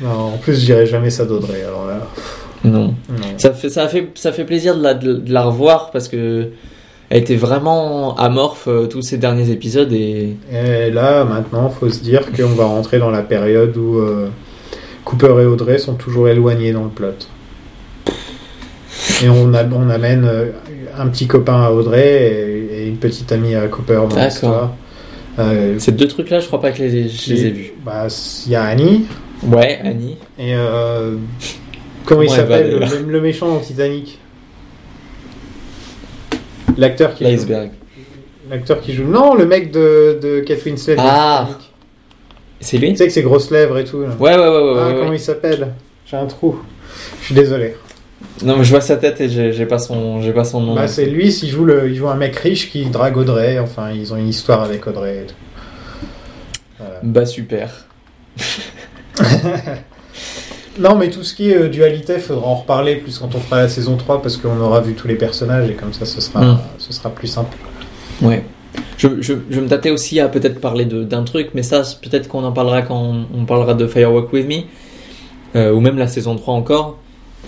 S2: Non, en plus, je dirais jamais ça d'Audrey, alors là.
S3: non.
S2: non.
S3: Ça fait, ça fait, ça fait plaisir de la, de, la revoir parce que elle était vraiment amorphe euh, tous ces derniers épisodes et
S2: Et là, maintenant, faut se dire qu'on va rentrer dans la période où euh, Cooper et Audrey sont toujours éloignés dans le plot. Et on, a- on amène euh, un petit copain à Audrey et, et une petite amie à Cooper dans
S3: D'accord.
S2: l'histoire. Euh,
S3: ces deux trucs-là, je crois pas que les, je les ai vus.
S2: bah, c- Il y a Annie
S3: Ouais, Annie.
S2: et. euh, comment il
S3: Ouais, bah,
S2: s'appelle le-
S3: d'ailleurs.
S2: le, méchant dans Titanic L'acteur qui, joue-
S3: L'iceberg.
S2: l'acteur qui joue. Non, le mec de, de Catherine Slade. dans
S3: Ah.
S2: Titanic.
S3: C'est lui
S2: Tu sais que ses grosses lèvres et tout. là.
S3: Ouais, ouais, ouais, ouais.
S2: Ah,
S3: ouais,
S2: comment
S3: ouais.
S2: il s'appelle J'ai un trou. Je suis désolé.
S3: Non, mais je vois sa tête et j'ai j'ai pas son, j'ai pas son nom.
S2: Bah, c'est lui, s'il joue, le, il joue un mec riche qui drague Audrey. Enfin, ils ont une histoire avec Audrey et tout. Voilà.
S3: Bah super.
S2: Non, mais tout ce qui est euh, dualité, faudra en reparler plus quand on fera la saison 3 parce qu'on aura vu tous les personnages et comme ça, ce sera,
S3: Mm.
S2: ce sera plus simple.
S3: Ouais. Je, je, je me tâtais aussi à peut-être parler de- d'un truc, mais ça, c'est peut-être qu'on en parlera quand on, on parlera de Firewalk With Me, euh, ou même la saison 3 encore,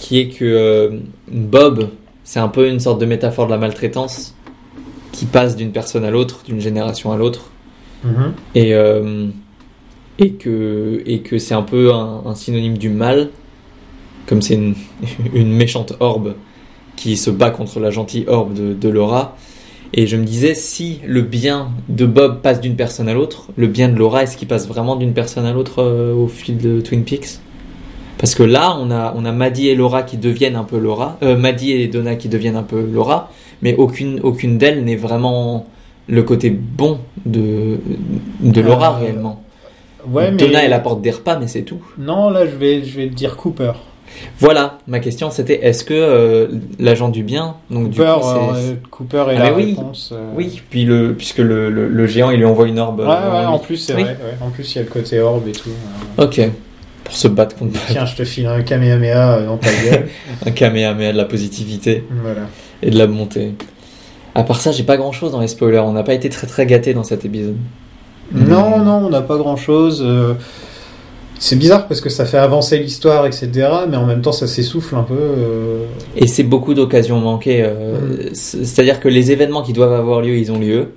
S3: qui est que euh, Bob, c'est un peu une sorte de métaphore de la maltraitance qui passe d'une personne à l'autre, d'une génération à l'autre,
S2: Mhm.
S3: et, euh, et que, et que c'est un peu un, un synonyme du mal, comme c'est une, une méchante orbe qui se bat contre la gentille orbe de, de Laura. Et je me disais, si le bien de Bob passe d'une personne à l'autre, le bien de Laura, est-ce qu'il passe vraiment d'une personne à l'autre euh, au fil de Twin Peaks Parce que là, on a, on a Maddie et Laura qui deviennent un peu Laura, euh, Maddie et Donna qui deviennent un peu Laura, mais aucune, aucune d'elles n'est vraiment le côté bon de, de Laura
S2: Euh,
S3: réellement.
S2: Ouais, mais.
S3: Donna, elle apporte des repas, mais c'est tout.
S2: Non, là, je vais, je vais te dire Cooper.
S3: Voilà, ma question c'était est-ce que euh, l'agent du bien, donc
S2: Cooper,
S3: du coup, c'est-
S2: euh, Cooper est
S3: Ah,
S2: la
S3: mais oui.
S2: réponse. euh,
S3: Oui, puis le, puisque le, le- le géant il lui envoie une orbe.
S2: Ouais,
S3: euh,
S2: ouais, en
S3: lui.
S2: plus, c'est
S3: Oui.
S2: vrai. ouais. En plus, il y a le côté orbe et tout. euh.
S3: Ok, pour se battre contre
S2: Tiens, je te file un Kamehameha euh, dans ta gueule.
S3: un Kamehameha de la positivité
S2: voilà.
S3: et de la bonté. À part ça, j'ai pas grand chose dans les spoilers, on n'a pas été très très gâtés dans cet épisode.
S2: Non, non, on n'a pas grand chose. C'est bizarre parce que ça fait avancer l'histoire, etc. Mais en même temps, ça s'essouffle un peu. euh.
S3: Et c'est beaucoup d'occasions manquées,
S2: Mm.
S3: euh, c'est- c'est-à-dire que les événements qui doivent avoir lieu, ils ont lieu,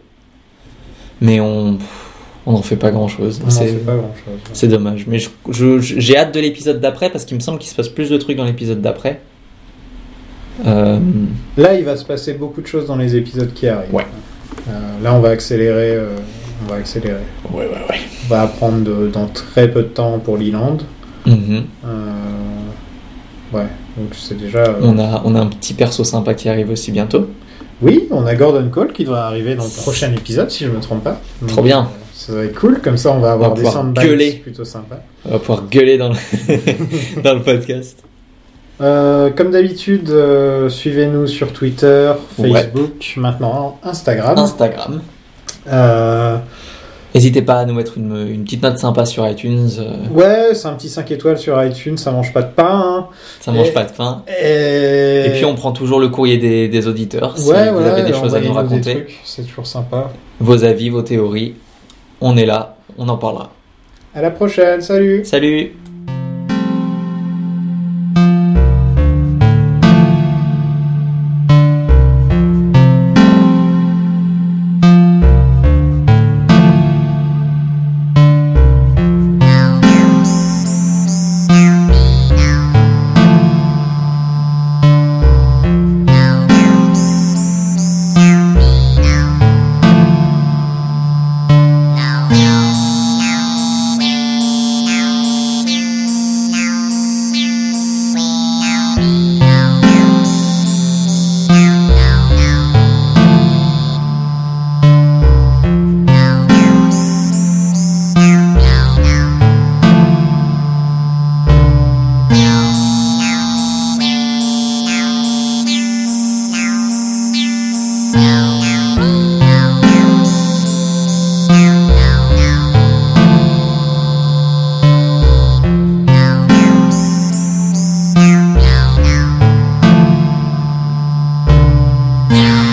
S3: mais on pff, on n'en fait pas grand chose.
S2: On n'en fait pas grand chose.
S3: C'est dommage, mais je- je- je- j'ai hâte de l'épisode d'après parce qu'il me semble qu'il se passe plus de trucs dans l'épisode d'après. Euh,
S2: Là, il va se passer beaucoup de choses dans les épisodes qui arrivent.
S3: Ouais.
S2: Euh, là, on va accélérer. euh, on va accélérer.
S3: Ouais, ouais, ouais.
S2: On va apprendre de- dans très peu de temps pour l'Iland.
S3: Mhm.
S2: ouais. Donc c'est déjà. euh,
S3: On a, on a un petit perso sympa qui arrive aussi bientôt.
S2: Oui, on a Gordon Cole qui devrait arriver dans le prochain épisode, si je ne me trompe pas. Euh,
S3: Trop bien.
S2: Ça va être cool. Comme ça, on va avoir des
S3: pouvoir gueuler.
S2: soundbites plutôt sympas.
S3: On va pouvoir gueuler dans le, dans le podcast.
S2: Euh, comme d'habitude, euh, suivez-nous sur Twitter,
S3: Ouais.
S2: Facebook, maintenant Instagram.
S3: Instagram.
S2: Euh,
S3: N'hésitez pas à nous mettre une, une petite note sympa sur iTunes. euh,
S2: ouais, c'est un petit 5 étoiles sur iTunes, ça mange pas de pain. hein.
S3: ça mange
S2: Et-
S3: pas de pain.
S2: Et...
S3: Et puis on prend toujours le courrier des, des auditeurs. Si
S2: Ouais,
S3: vous
S2: voilà,
S3: avez des choses à nous
S2: envoyez-nous des
S3: raconter,
S2: trucs, C'est toujours sympa.
S3: vos avis, vos théories, on est là, on en parlera.
S2: À la prochaine, salut
S3: Salut
S10: Yeah.